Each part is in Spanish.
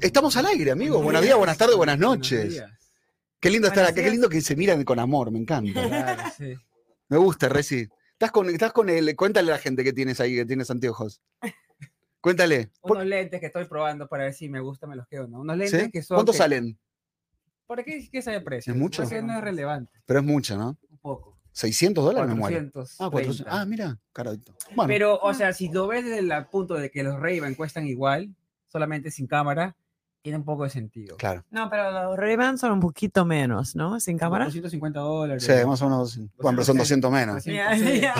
Estamos al aire, amigo. Buenos, días, buenas tardes, buenas noches. Qué lindo estar Buenos acá, qué días. lindo que se miran con amor, me encanta. Claro, sí. Me gusta, Reci. Estás con, estás con el. Cuéntale a la gente que tienes ahí, que tienes anteojos. Cuéntale. Por- Unos lentes que estoy probando para ver si me gusta, me los quedo, ¿no? Unos lentes ¿sí? que son... ¿Cuántos que- salen? ¿Por qué es que sabe precio? ¿Es mucho? Porque no es relevante, Pero es mucho, ¿no? un poco. ¿600 dólares me muero? 400. Ah, 400. Ah, mira, caradito. Bueno, Pero, o sea, si lo ves desde el punto de que los Ray-Ban cuestan igual, solamente sin cámara, tiene un poco de sentido. claro. No, pero los Ray-Ban son un poquito menos, ¿no? Sin cámara. 250 dólares. Sí, más o menos. Bueno, pero son 200 menos. Ya, 200, sí. ya.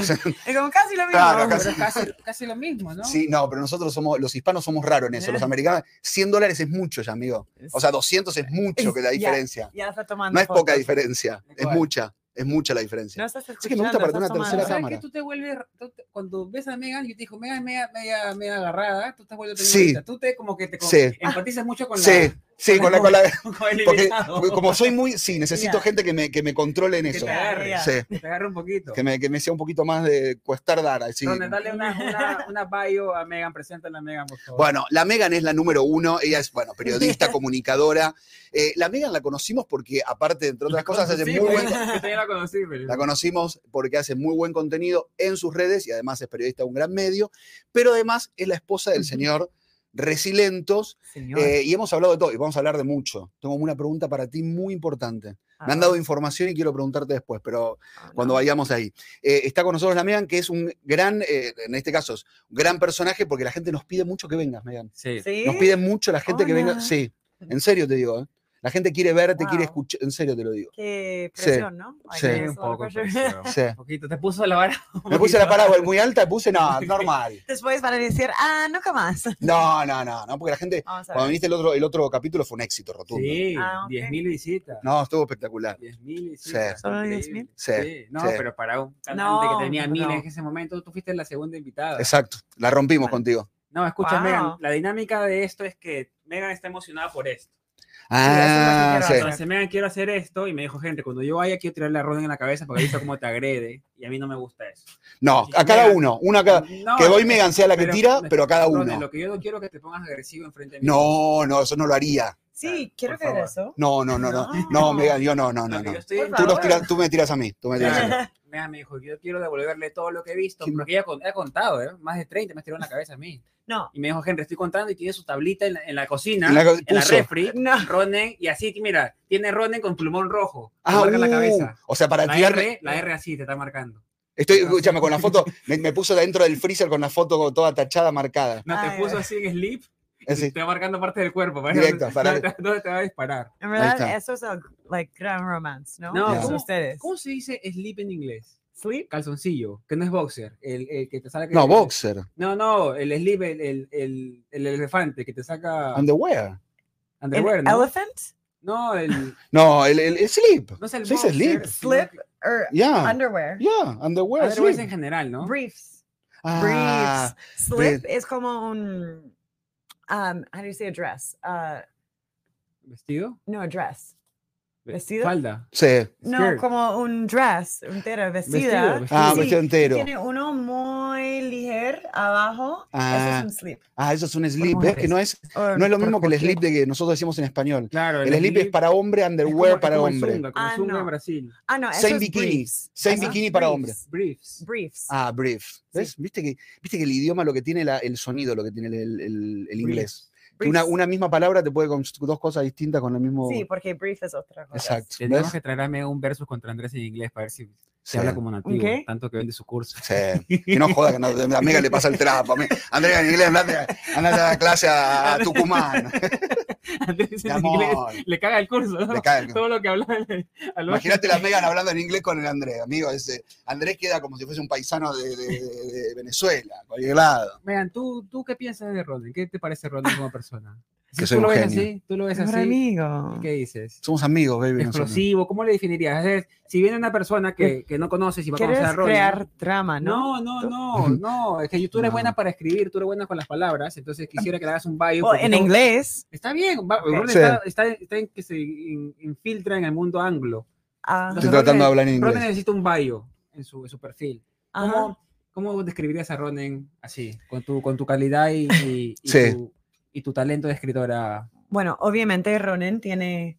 Es como casi lo mismo. Claro, Pero es casi, casi lo mismo, ¿no? Ah. Sí, no, pero nosotros somos, los hispanos somos raros en eso. Los americanos, 100 dólares es mucho ya, amigo. O sea, 200 es mucho que la Ya. diferencia. ya está tomando. No es poca fotos. diferencia, es Igual. mucha, es mucha la diferencia. No estás escuchando. Sí que me gusta para estás una tercera Pero la tomando. ¿sabes cámara. Ah, que tú te vuelves, tú te- cuando ves a Megan, yo te digo, Megan es media, media, media agarrada, tú te vuelves Sí. ternurita, tú te como que te con- Sí. empatizas mucho con Sí, la sí, con la, con la- con el porque invitado. porque como soy muy, sí, necesito Ya. gente que me, que me controle en Que eso. te agarre, Sí, Eh, te agarre un poquito. que me, que me sea un poquito más de cuestar dar, así. Ronald, dale una, una, una bio a Megan, preséntala a Megan, por favor. Bueno, la Megan es la número uno, ella es, bueno, periodista, comunicadora. Eh, la Megan la conocimos porque, aparte, entre otras cosas, hace Sí, muy buen... bueno, que te la conocí, pero- La conocimos porque hace muy buen contenido en sus redes y además es periodista de un gran medio, pero además es la esposa del señor Resilentos Señor. eh, y hemos hablado de todo y vamos a hablar de mucho. Tengo una pregunta para ti muy importante. Me han dado información y quiero preguntarte después, pero Ah, no. cuando vayamos ahí. Eh, está con nosotros la Megan, que es un gran, eh, en este caso es un gran personaje porque la gente nos pide mucho que vengas, Megan. Sí. ¿Sí? Nos pide mucho la gente que venga. Hola. Sí, en serio te digo. ¿eh? La gente quiere verte, quiere Wow. escuchar, en serio te lo digo. Qué Sí. presión, ¿no? Ay, Sí. qué un poco. pues, presión. pero- Sí. Un poquito, te puso la vara. un Me puse la poquito. palabra muy alta, puse no, normal. Después van a decir, ah, nunca más. No, no, no, no, porque la gente, Vamos a cuando ver. viniste el otro, el otro capítulo fue un éxito rotundo. Sí, Ah, ok. 10.000 visitas. No, estuvo espectacular. 10.000 visitas. ¿Solo increíble. 10.000? Sí, No, sí. pero para un cantante No, que tenía miles no. en ese momento, tú fuiste la segunda invitada. Exacto, la rompimos Bueno. contigo. No, escucha, Wow. Megan, la dinámica de esto es que Megan está emocionada por esto. Ah, eso sí. es lo que Entonces, Megan, quiero hacer esto. Y me dijo, gente, cuando yo vaya, quiero tirarle la ronda en la cabeza porque he visto cómo te agrede. Y a mí no me gusta eso. No, Sí, a cada Megan. uno, una a cada. No, Que voy Megan sea la que pero- tira, pero a cada Ronald, uno. Lo que yo no quiero es que te pongas agresivo enfrente de mí. No, no, eso no lo haría. Sí, quiero Por ver favor. eso. No, no, no, no. No, Megan, yo no, no, no, Lo que no. yo estoy- Por Tú, favor. nos tiras- tú me tiras a mí, tú me tiras a mí. Megan me dijo, yo quiero devolverle todo lo que he visto, ¿Quién? porque ella con- ha contado, ¿eh? más de 30 me has tirado en la cabeza a mí. No, Y me dijo, Henry, estoy contando y tiene su tablita en la, en la cocina, En la co- en la puso. refri, no. Ronen, y así, mira, tiene Ronen con plumón rojo. te Ah, marca la uh, cabeza. o sea, para La tirarme. R, la R así te está marcando. Estoy, escúchame, con la foto, me, me puso dentro del freezer con la foto toda tachada, marcada. No, te Ay, puso ay. así en sleep y Es decir, te va marcando parte del cuerpo. Eh, Directo, para- para dónde te- dónde te va a disparar. En está. verdad, eso es el like, gran romance, ¿no? No, Entre ¿cómo- ustedes. ¿Cómo se dice sleep en inglés? Sleep. Calzoncillo, que no es boxer, el, el que te sale... no, boxer, No, no, el sleep, el, el, el, el elefante que te saca underwear. An underwear, ¿no? Elephant No, el, No, el, el, el sleep. no es el Se dice boxer, sleep. sino Slip. que- or Ya. underwear. Ya, underwear, underwear es sleep. en general, ¿no? Briefs. Ah, briefs. Slip es como un. Um, how do you say a dress? Uh, ¿Vestido? no, a dress. ¿Vestido? Falda. sí. No, Skirt. como un dress entera, Vestido, vestida. vestido. Ah, Sí, vestido entero. Tiene uno muy ligero abajo. Ah. Eso es un slip. Ah, eso es un sleep. Por ¿Ves que no es, Or- no es lo por mismo que el cualquier- sleep de que nosotros decimos en español? Claro, El sleep es para hombre, es underwear como- es para como el hombre. zunga, como el Ah, zunga en no. Brasil. Ah, no, eso Same es bikini, briefs. same Eso es bikini para hombre. briefs. Briefs. Briefs. Ah, brief. ¿Ves? ¿Viste, que, viste que el idioma lo que tiene la- el sonido, lo que tiene el, el- el inglés. Que Ah, Una, Briefs. una misma palabra te puede con dos cosas distintas con el mismo. Sí, porque brief es otra cosa. Exacto. Tenemos ¿Ves? que traerme un versus contra Andrés en inglés para ver si Sí. se habla como nativo, Ok. tanto que vende su curso. Sí. Que no joda, que no- a Mega le pasa el trapo. a mí- Andrea, en inglés, andate, andate a la clase a, a Tucumán. Andrés Mi en inglés amor. le caga el curso, ¿no? Le caga el- Todo lo que hablaba le- al otro. Imagínate la Megan hablando en inglés con el Andrés, amigo. Ese Andrés queda como si fuese un paisano de, de- de- de Venezuela, cualquier lado. Megan, ¿tú, ¿tú qué piensas de Ronen? ¿Qué te parece Ronen como persona? Que Si soy ¿Tú lo un ves genio. así? ¿Tú lo ves Es un así? amigo. ¿Qué dices? Somos amigos, baby. nosotros. Explosivo, ¿cómo le definirías? Es- si viene una persona que, que no conoces y va a conocer a ¿Quieres Ronen. crear trama, no? No, no, no, no. Es que tú eres No. buena para escribir, tú eres buena con las palabras, entonces quisiera que le hagas un bio. O porque en todo- inglés. Está bien, va- Ok. Ronen Sí. está, está- está en que se in- infiltra en el mundo anglo. Ah, Estoy tratando de hablar en Ronen inglés. necesita un bio en su, en su perfil. ajá. ¿Cómo, cómo describirías a Ronen así, con tu, con tu calidad y, y- y Sí. tu, y tu talento de escritora? Bueno, obviamente Ronen tiene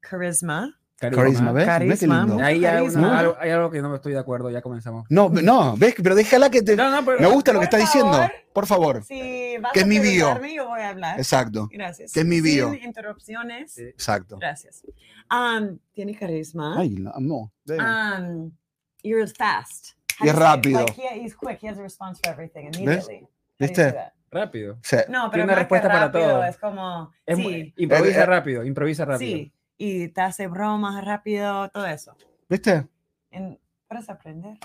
carisma. Carisma, ¿ves? ¿Ves ¿Eh? qué Carisma. lindo? Ahí ya hay, Carisma. una- algo, hay algo que no estoy de acuerdo, ya comenzamos. No, no, ves, pero déjala que te. No, no, pero- Me gusta lo por que está diciendo. favor. Por favor. Si vas Que a es mi bio. preguntarme, yo voy a ¿eh? hablar. Exacto, Gracias. que es mi bio. Sin interrupciones. Sí. exacto. Gracias. Um, tiene carisma. Ay, la amo. Ah. Um, you're fast. Y es do you say it? rápido. Like, he- he's quick. He has a response for everything immediately. How do you ¿Viste? do that? Rápido. Sí. No, pero una más que respuesta para rápido, todo. Es como, Es sí, muy- improvisa Eh, eh. rápido, improvisa rápido. sí. Y te hace bromas rápido, todo eso. ¿Viste? En, puedes aprender.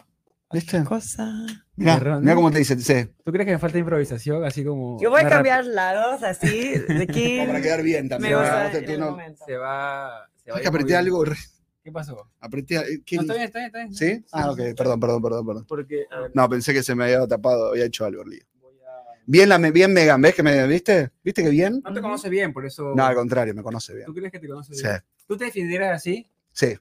¿Viste? Cosa. Mirá, Error, mirá ¿no? cómo te dice. Sí. ¿Tú crees que me falta improvisación? Así como. Yo voy a una rap- cambiar lados así, de aquí. Para quedar bien me también. va, gusta ¿viste? en Tú el no- momento. Se va. Se va ¿Sabes que apreté algo? ¿Qué pasó? Apreté. eh, ¿qué dije? No, está bien, está bien, está bien. ¿Sí? Ah, ok, perdón, perdón, perdón, perdón. Porque. a ver, No, pensé que se me había tapado, había hecho algo. Lía. voy a- Bien, la, me- bien Megan, ¿ves que me viste? ¿Viste que bien? No te conoce bien, por eso. No, al contrario, me conoce bien. ¿Tú crees que te conoce Sí, bien? ¿Tú te defendieras así? sí.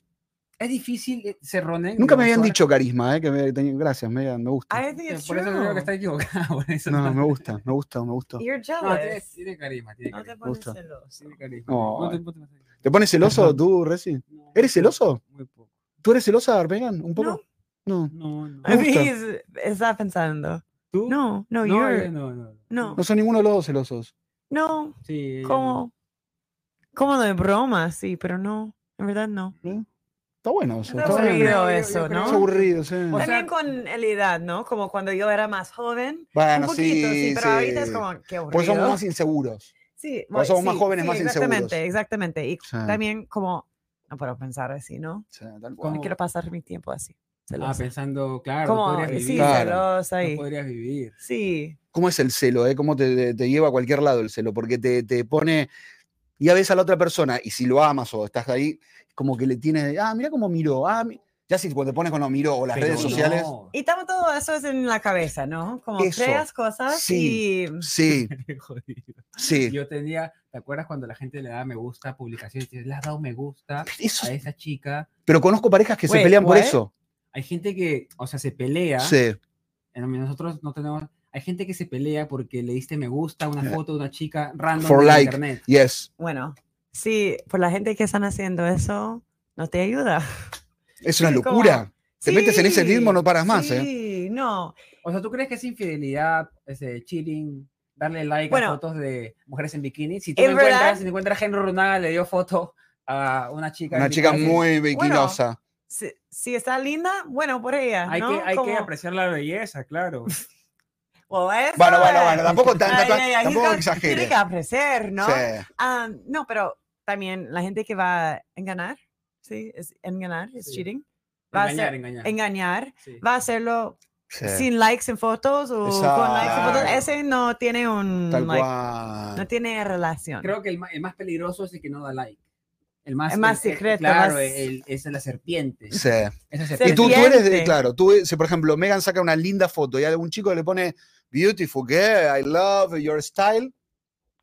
Es difícil eh, ser Ronen. Nunca me digamos, habían ahora- dicho carisma, ¿eh? Que me, tenía- gracias, Megan, me gusta. I think it's Por eso true. creo que está equivocado. por eso No, me gusta, me gusta, me gusta. You're No, tiene, jealous. tiene carisma, tiene No te carisma. pones gusta. celoso. Tiene carisma. No, No te- ay. no te- no te- ¿Te pones celoso Ajá. tú, Reci? no, ¿Eres celoso? Muy poco. ¿Tú eres celosa, Megan? ¿Un poco? No. No, No, no. Me A mí gusta. es- está pensando. ¿Tú? No, no, no, you're, yo no, no. no. son ninguno de los dos celosos. no, Sí, ella como, como de broma, sí, pero no, en verdad no. Está bueno eso. Está Está bueno. aburrido Yo- yo eso, creo- ¿no? Es aburrido, sí. O sea- También con la edad, ¿no? Como cuando yo era más joven, un Bueno, poquito, sí, sí, pero ahorita es sí. como, qué aburrido. Porque somos más inseguros. sí, porque somos más sí, jóvenes, sí, más inseguros. Exactamente, exactamente. Y Sí. también como, no puedo pensar así, ¿no? Sí, tal cual. No Como- quiero pasar mi tiempo así, Oh. Ah, celosa. pensando, claro, no como, podrías vivir. sí, Claro. celosa No y, podrías vivir. sí. ¿Cómo es el celo? Eh? ¿Cómo te, te- te lleva a cualquier lado el celo? Porque te, te pone. Ya ves a la otra persona y si lo amas o estás ahí, como que le tienes. Ah, mira cómo miró. Ah, mi-". ya si te pones con lo miró o las Pero redes no. sociales. Y tam- todo eso es en la cabeza, ¿no? Como Eso, creas cosas sí. y Sí, Qué jodido. sí. Yo tenía, ¿te acuerdas cuando la gente le daba me gusta a publicaciones? Dices, Le has dado me gusta Eso- a esa chica. pero conozco parejas que se Wait, pelean por what? eso. Hay gente que, o sea, se pelea. Sí. Eh, Nosotros no tenemos. Hay gente que se pelea porque le diste me gusta a una Yeah. foto de una chica random For en like. internet. Yes. Bueno, sí, por la gente que están haciendo eso, no te ayuda. Es una Sí, como- locura. Te metes en ese ritmo, no paras más, ¿eh? Sí, no. O sea, ¿tú crees que es infidelidad, ese chilling, darle like Bueno. a fotos de mujeres en bikini? Si tú ¿Es no encuentras, verdad? si no encuentras a Henry Ronaga, le dio foto a una chica. en Una chica bikini, muy bikinosa. Si, si está linda, bueno, por ella. Hay, ¿no? que, hay que Como- apreciar la belleza, claro. o eso Bueno, bueno, es. bueno, tampoco, tan- Ay, tan- ay, ay, tampoco hijo, exageres. Tiene que apreciar, ¿no? Sí. Ah, no, pero también la gente que va a engañar, ¿sí? Es engañar, es Sí. cheating. Va a Engañar, ser- engañar. Engañar, Sí. va a hacerlo Sí, sin likes en fotos o con likes en fotos, Exacto. ese no tiene un Tal like, cual. no tiene relación. Creo que el ma- el más, peligroso es el que no da like. El más, El más el- el- secreto, Claro, más- el- es la serpiente. Sí. Esa Y serpiente. tú, tú eres de, Serpiente. claro, tú, si por ejemplo Megan saca una linda foto y algún chico le pone beautiful girl, I love your style,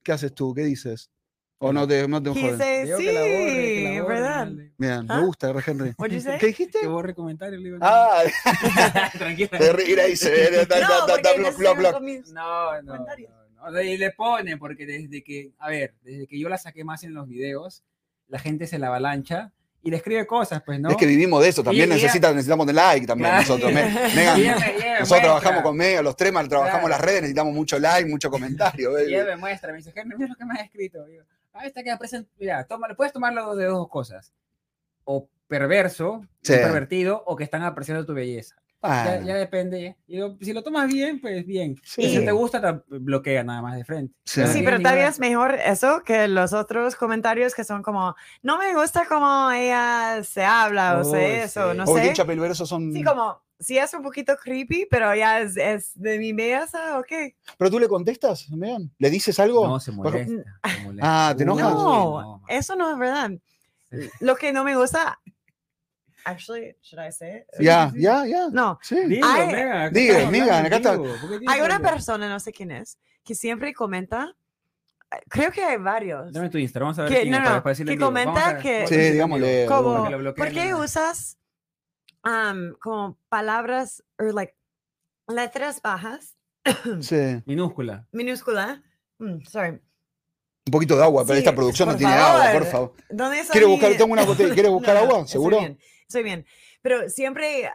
¿qué haces tú? ¿Qué dices? O no te, no te He joden. says, Digo sí, que la borre, que la borre, ¿verdad? dale. Bien, ¿Ah? me gusta, R. Henry. What'd you say? ¿Qué dijiste? Que borre comentarios, le digo. Ah, tranquila. te ríe ahí, se ve, ta, ta, ta, No, ta, porque bloc, ellos bloc, hicieron bloc. con mis- No, no, no, comentarios. no. O sea, Y le pone, porque desde que, a ver, desde que yo la saqué más en los videos, la gente se la avalancha y le escribe cosas, pues, ¿no? Es que vivimos de eso, también Y ella- necesitas, necesitamos de like también Claro. nosotros. Me- Y Megan, ella me- ella me nosotros trabajamos muestra, con Megan, los tres mal trabajamos Claro. las redes, necesitamos mucho like, mucho comentario. Y ella baby. me muestra, me dice, Henry, mira lo que me has escrito. Digo, ah, esta que presenta, mira, tómalo, puedes tomarlo de dos cosas. O perverso, Sí. Ah. o pervertido, o que están apreciando tu belleza. Ya, Bueno, ya depende. Y digo, si lo tomas bien, pues bien. Y sí. si te gusta, te bloquea nada más de frente. Sí. No Sí, tiene pero ninguna- todavía es mejor eso que los otros comentarios que son como, no me gusta cómo ella se habla o Uy, sé eso, sí. no Oye, sé. Lucha, pero esos son... Mm. Sí, como, sí es un poquito creepy, pero ya es, es de mi belleza, ok. ¿Pero tú le contestas, Megan? ¿Le dices algo? No, se molesta. se molesta. Ah, ¿te Uy, enojas? No, man. eso no es verdad. Sí. Lo que no me gusta, actually, should I say it? Ya, ya, ya. No, Sí. Dilo, Ay, Megan, acá diga, estamos Megan, hablando acá en está- vivo, ¿por qué tienes Hay que una hablar? persona, no sé quién es, que siempre comenta creo que hay varios. Dame tu Instagram, vamos a ver Que- quién no, es, para no, después decirle que en vivo. Vamos comenta a ver, que- vamos a Sí, decirle en digámosle vivo. Como- Para que lo ¿Por bloqueen qué en- usas um, como palabras o like letras bajas, Sí. Minúscula. minúscula? Mm, sorry. Un poquito de agua, pero Sí, esta producción no por tiene favor. agua, por favor. ¿Dónde está ¿Quieres mi- buscar? Tengo una botella. ¿Quieres buscar No, no, agua? estoy ¿Seguro? bien, Estoy bien. Pero siempre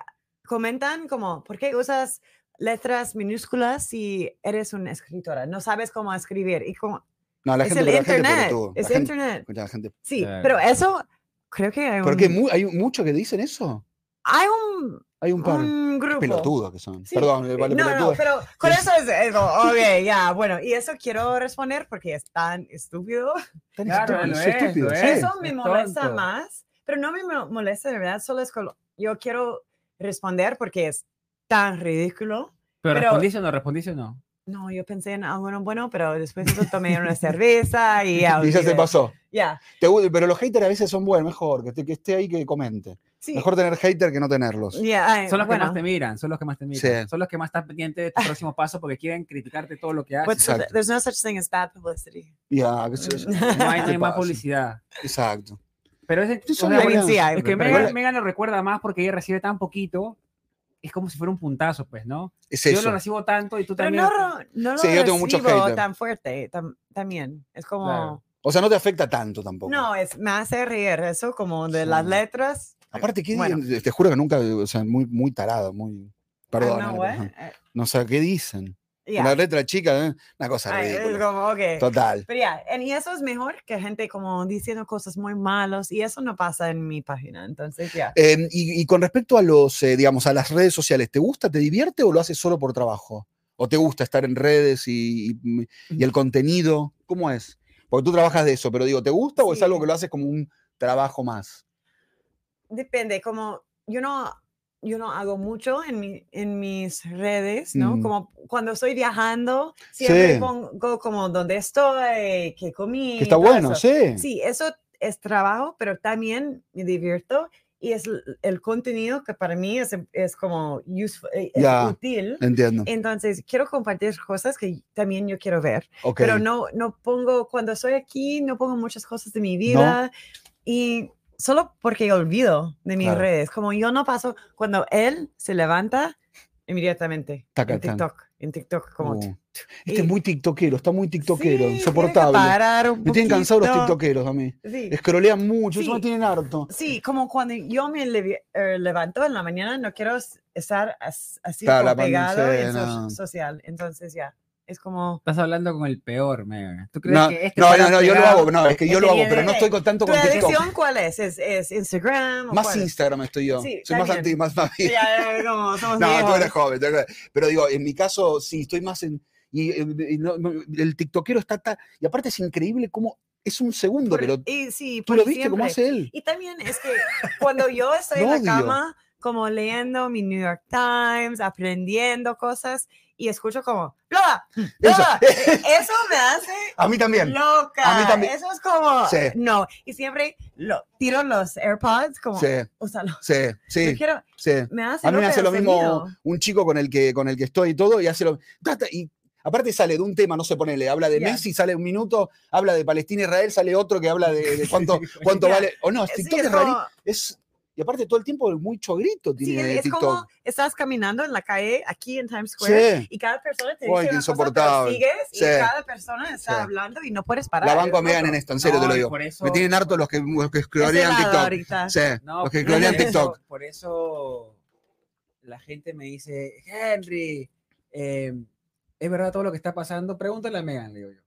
comentan como, ¿por qué usas letras minúsculas si eres una escritora? No sabes cómo escribir. Y como, No, la es gente, el pero la gente, internet. pelotudo. La es gente- internet. escucha, la gente. Sí, Claro. pero eso creo que hay un, ¿Por qué mu- hay muchos que dicen eso? hay un, Hay un par. un grupo. Pelotudos que son. Sí. Perdón, eh, vale, no, pelotudos. no, pero con eso es, es como, ok, ya, bueno, y eso quiero responder porque es tan estúpido. Tan Claro, estúpidos, lo son es, estúpidos, lo sí. es. Eso me es molesta tonto. más, pero no me mo- molesta de verdad, solo es que lo- yo quiero responder porque es tan ridículo. Pero, Pero- respondiste o no, respondiste o no. No, yo pensé en algo no bueno, pero después yo tomé una cerveza y ya. Y ya se olvidé. pasó. Ya, Te gu- pero los haters a veces son buenos, mejor. Que esté, que esté ahí que comente. sí. Mejor tener hater que no tenerlos. ya, ay, Son los que bueno, Ah. más te miran, son los que más te miran. Sí. Son los que más están pendientes de tu próximo paso porque quieren criticarte todo lo que what's haces. the- Exacto. There's no such thing as bad publicity. Ya, qué sé yo. No hay, no ¿Qué hay más pasa? publicidad. Exacto. Pero es, Sí, o son sea, de I mean, buena- sí, hay, es Ah, que pero- Megan- Megan, Megan lo recuerda más porque ella recibe tan poquito. Es como si fuera un puntazo, pues, ¿no? Es Yo eso. lo recibo tanto y tú Pero también. no, ro- no lo Sí, yo tengo muchos recibo haters. tan fuerte tam- también. Es como, eh. Claro. O sea, no te afecta tanto tampoco. no, es, me hace reír eso como de Sí. las letras. Aparte, ¿qué Eh, Bueno. Ah, dicen? te juro que nunca, o sea, muy, muy tarado, muy. I Perdón. know eh, what, perdón. eh, No sé, ¿qué dicen? yeah. Una letra chica, ¿eh? una cosa Ay, es ridícula. como, ok. Total. Pero ya, en- y eso es mejor que gente como diciendo cosas muy malos y eso no pasa en mi página, entonces ya. Eh, y, y con respecto a los, eh, digamos, a las redes sociales, ¿te gusta, te divierte o lo haces solo por trabajo? ¿O te gusta estar en redes y, y- y Mm. el contenido? ¿Cómo es? Porque tú trabajas de eso, pero digo, ¿te gusta o es Sí. algo que lo haces como un trabajo más? Depende, como yo no, yo no hago mucho en, mi- en mis redes, ¿no? Mm. Como cuando estoy viajando, siempre Sí. pongo como dónde estoy, qué comí. Que está todo bueno, eso. sí. Sí, eso es trabajo, pero también me divierto y es l- el contenido que para mí es, es como useful, eh, es Ya. útil. Entiendo. eh, Entonces, quiero compartir cosas que también yo quiero ver, Ok. pero no, no pongo, cuando estoy aquí, no pongo muchas cosas de mi vida y solo porque olvido de mis Claro. redes, como yo no paso, cuando él se levanta, inmediatamente, Taca, en tan. TikTok, en TikTok, como... Uh, ch- Este y- es muy tiktokero, está muy tiktokero, Sí, tiene que insoportable. parar un Me tienen cansados los poquito. tiktokeros a mí. Sí. Escrolean mucho, eso Sí. me tienen harto. Sí, como cuando yo me levi- eh, levanto en la mañana, no quiero s- estar as- así Claro, la ah. como pegado en pantalla, so- no. social. Entonces ya, es como... Estás hablando con el peor, Megan. ¿Tú crees No, que este no, pana no, no, yo lo pegado- hago, no, es que yo Este lo hago, viene pero no de- estoy con tanto ¿Tu con TikTok. adicción cuál es? ¿Es, es Instagram? o Más cuál es? Instagram estoy yo. Sí, Soy más también. antiguo, más más Sí, ya, ya, como somos No, tú viejos. eres joven, tú eres joven. Pero digo, en mi caso, sí, estoy más en. Y, eh, y no- no, el tiktokero está. ta- y aparte es increíble cómo. Es un segundo, Por- pero y sí, tú por lo viste cómo siempre. hace él. Y también es que cuando yo estoy Lo en la odio. cama, como leyendo mi New York Times, aprendiendo cosas, y escucho como, ¡Lola! Eso. ¡Lola! Eso me hace A mí también. loca. A mí también. Eso es como, Sí. no. Y siempre lo, tiro los AirPods, como, Sí, úsalo. sí, Yo sí, quiero, sí. me hace A mí me loca hace el lo mismo sonido. un chico con el que, con el que estoy y todo, y hace lo ta, ta, Y aparte sale de un tema, no se pone, le habla de Ya. Messi, sale un minuto, habla de Palestina-Israel, sale otro que habla de, de cuánto, cuánto Ya. vale. O no, Sí, TikTok es es rarito. como- Es, y aparte todo el tiempo mucho grito Sí, tiene es TikTok. como estás caminando en la calle aquí en Times Square sí. y cada persona Uy, qué te dice una cosa, pero insoportable. sigues y Sí. cada persona está Sí. hablando y no puedes parar. La banco a es Megan en loco. esto, en serio te lo No, y digo. por eso- Me tienen harto los que, los que Es scrollean helado TikTok. ahorita. Sí, No, los que por scrollean no, no, eso- TikTok. Por eso la gente me dice, Henry, eh, ¿es verdad todo lo que está pasando? Pregúntale a Megan, le digo yo.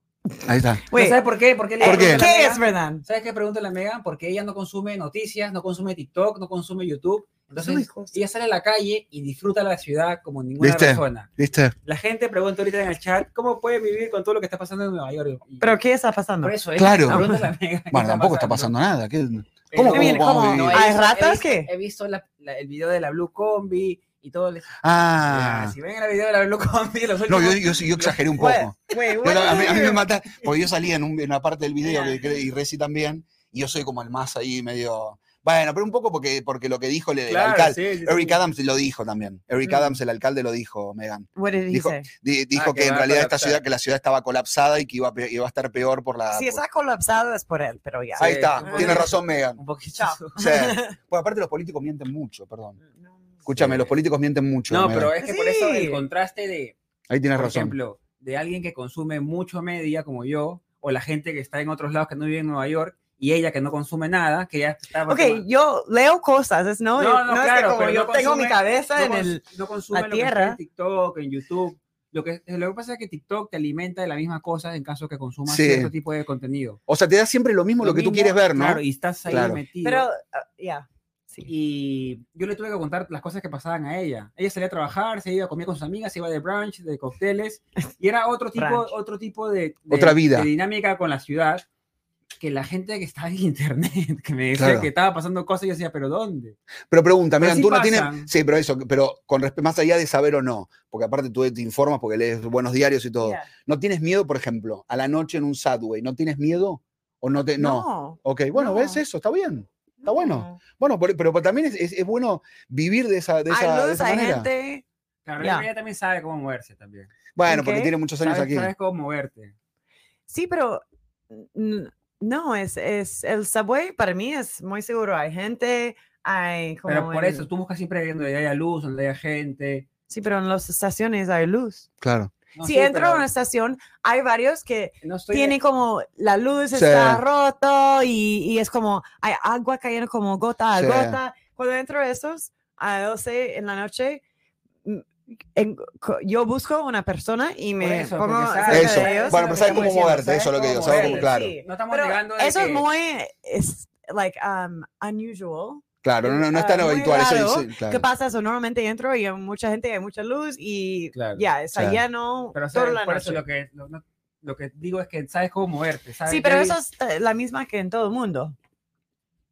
Ahí está. Wait, eh, ¿No ¿Sabes por qué? ¿Por qué, le Pues, ¿Por pregunto qué? a la ¿Qué es Megan? verdad? ¿Sabes qué? Pregúntale a Megan porque ella no consume noticias, no consume TikTok, no consume YouTube. Entonces, ella sale a la calle y disfruta la ciudad como ninguna ¿Viste? persona. ¿Viste? La gente pregunta ahorita en el chat, ¿cómo puede vivir con todo lo que está pasando en Nueva York? Y ¿Pero qué está pasando? por eso, es- Claro. pregúntale a Megan qué Bueno, tampoco está pasando nada. ¿qué? ¿Cómo, Está bien, cómo, cómo ¿cómo? vivir? No, he ¿Hay visto- he ratas visto- qué? He visto la- la- el video de la Blue Combi y todo. el- Ah. Si ven el video de la Blue Combi, los No, yo, últimos- yo, yo exageré un Wait, poco. wait, Yo what la- a, mí, a mí me is- mata, porque yo salía en, un- en una parte del video Ya. que- que- y Reci también, y yo soy como el más ahí medio... Bueno, pero un poco porque, porque lo que dijo el, el alcalde. sí, sí, Eric sí. Adams lo dijo también. Eric Mm. Adams, el alcalde, lo dijo, Megan. What did he Dijo- say? Di- dijo Ah, que que, en va a realidad esta colapsar. ciudad, que la ciudad estaba colapsada y que iba, a pe- iba a estar peor por la. Si por- está colapsado es por él, pero ya. Ahí Sí, está, un tiene poquito. razón, Megan. Un poquito. Chao. Sí. Pues aparte los políticos mienten mucho, perdón. Escúchame, Sí. los políticos mienten mucho. No, Megan. pero es que por eso Sí. el contraste de, Ahí tienes por razón. ejemplo, de alguien que consume mucho media como yo, o la gente que está en otros lados que no vive en Nueva York, y ella que no consume nada, que ya está... Ok, yo leo cosas, es- ¿no? No, no, es que claro, como pero yo no tengo mi consume- cabeza no, en cons- el... no consume la lo que está tierra. en TikTok, en YouTube. Lo que, lo que pasa es que TikTok te alimenta de la misma cosa en caso que consumas Sí. cierto tipo de contenido. O sea, te da siempre lo mismo lo, que mismo, tú quieres ver, ¿no? Claro, y estás ahí Claro. metido. Pero, ah, ya. sí. Y yo le tuve que contar las cosas que pasaban a ella. Ella salía a trabajar, se iba a comer con sus amigas, se iba de brunch, de cócteles, y era otro tipo, Brunch. otro tipo de, de- Otra vida. de dinámica con la ciudad que la gente que estaba en internet, que me decía Claro. que estaba pasando cosas, yo decía, ¿pero dónde? Pero pregunta, Pero Megan, sí tú no pasan. tienes. Sí, pero eso, pero con respe- más allá de saber o no, porque aparte tú te informas porque lees buenos diarios y todo. Ya. ¿No tienes miedo, por ejemplo, a la noche en un Subway? ¿No tienes miedo? ¿O no te.? No. No, Ok, bueno, No. ves eso, está bien. Está bueno. no. Bueno, por- pero, también es, es- es bueno vivir de esa, de Hay esa, de luz, esa hay manera. gente. Claro, Ya. ella también sabe cómo moverse también. Bueno, Ok. porque tiene muchos años Sabes, aquí. sabes cómo moverte. Sí, pero n- no, es, es el subway para mí es muy seguro. Hay gente, hay como... Pero por el- eso tú buscas siempre donde haya luz, donde haya gente. Sí, pero en las estaciones hay luz. Claro. No, si sí, entro a pero una estación, hay varios que no estoy- tiene como la luz Sí. está roto y, y es como hay agua cayendo como gota a Sí. gota. Cuando entro a esos a 12 en la noche, mm, en- co- yo busco una persona y me eso, porque pongo sabes- cerca de Eso. ellos. Bueno, pero Eso sabes es lo que cómo estamos moverte, diciendo, eso es lo que sabes digo. cómo Sabes cómo, moverte, claro. sí. No estamos Pero negando de eso es que- muy es like um, unusual Claro, no, no, no es tan Ah, muy habitual eso. raro. dice- claro. ¿Qué pasa? Eso normalmente entro y hay mucha gente, hay mucha luz y Claro. ya, está Sí. lleno Pero toda sabes, la por eso noche. lo que, lo, no- lo que digo es que sabes cómo moverte. sabes Sí, pero qué- eso es eh, la misma que en todo el mundo.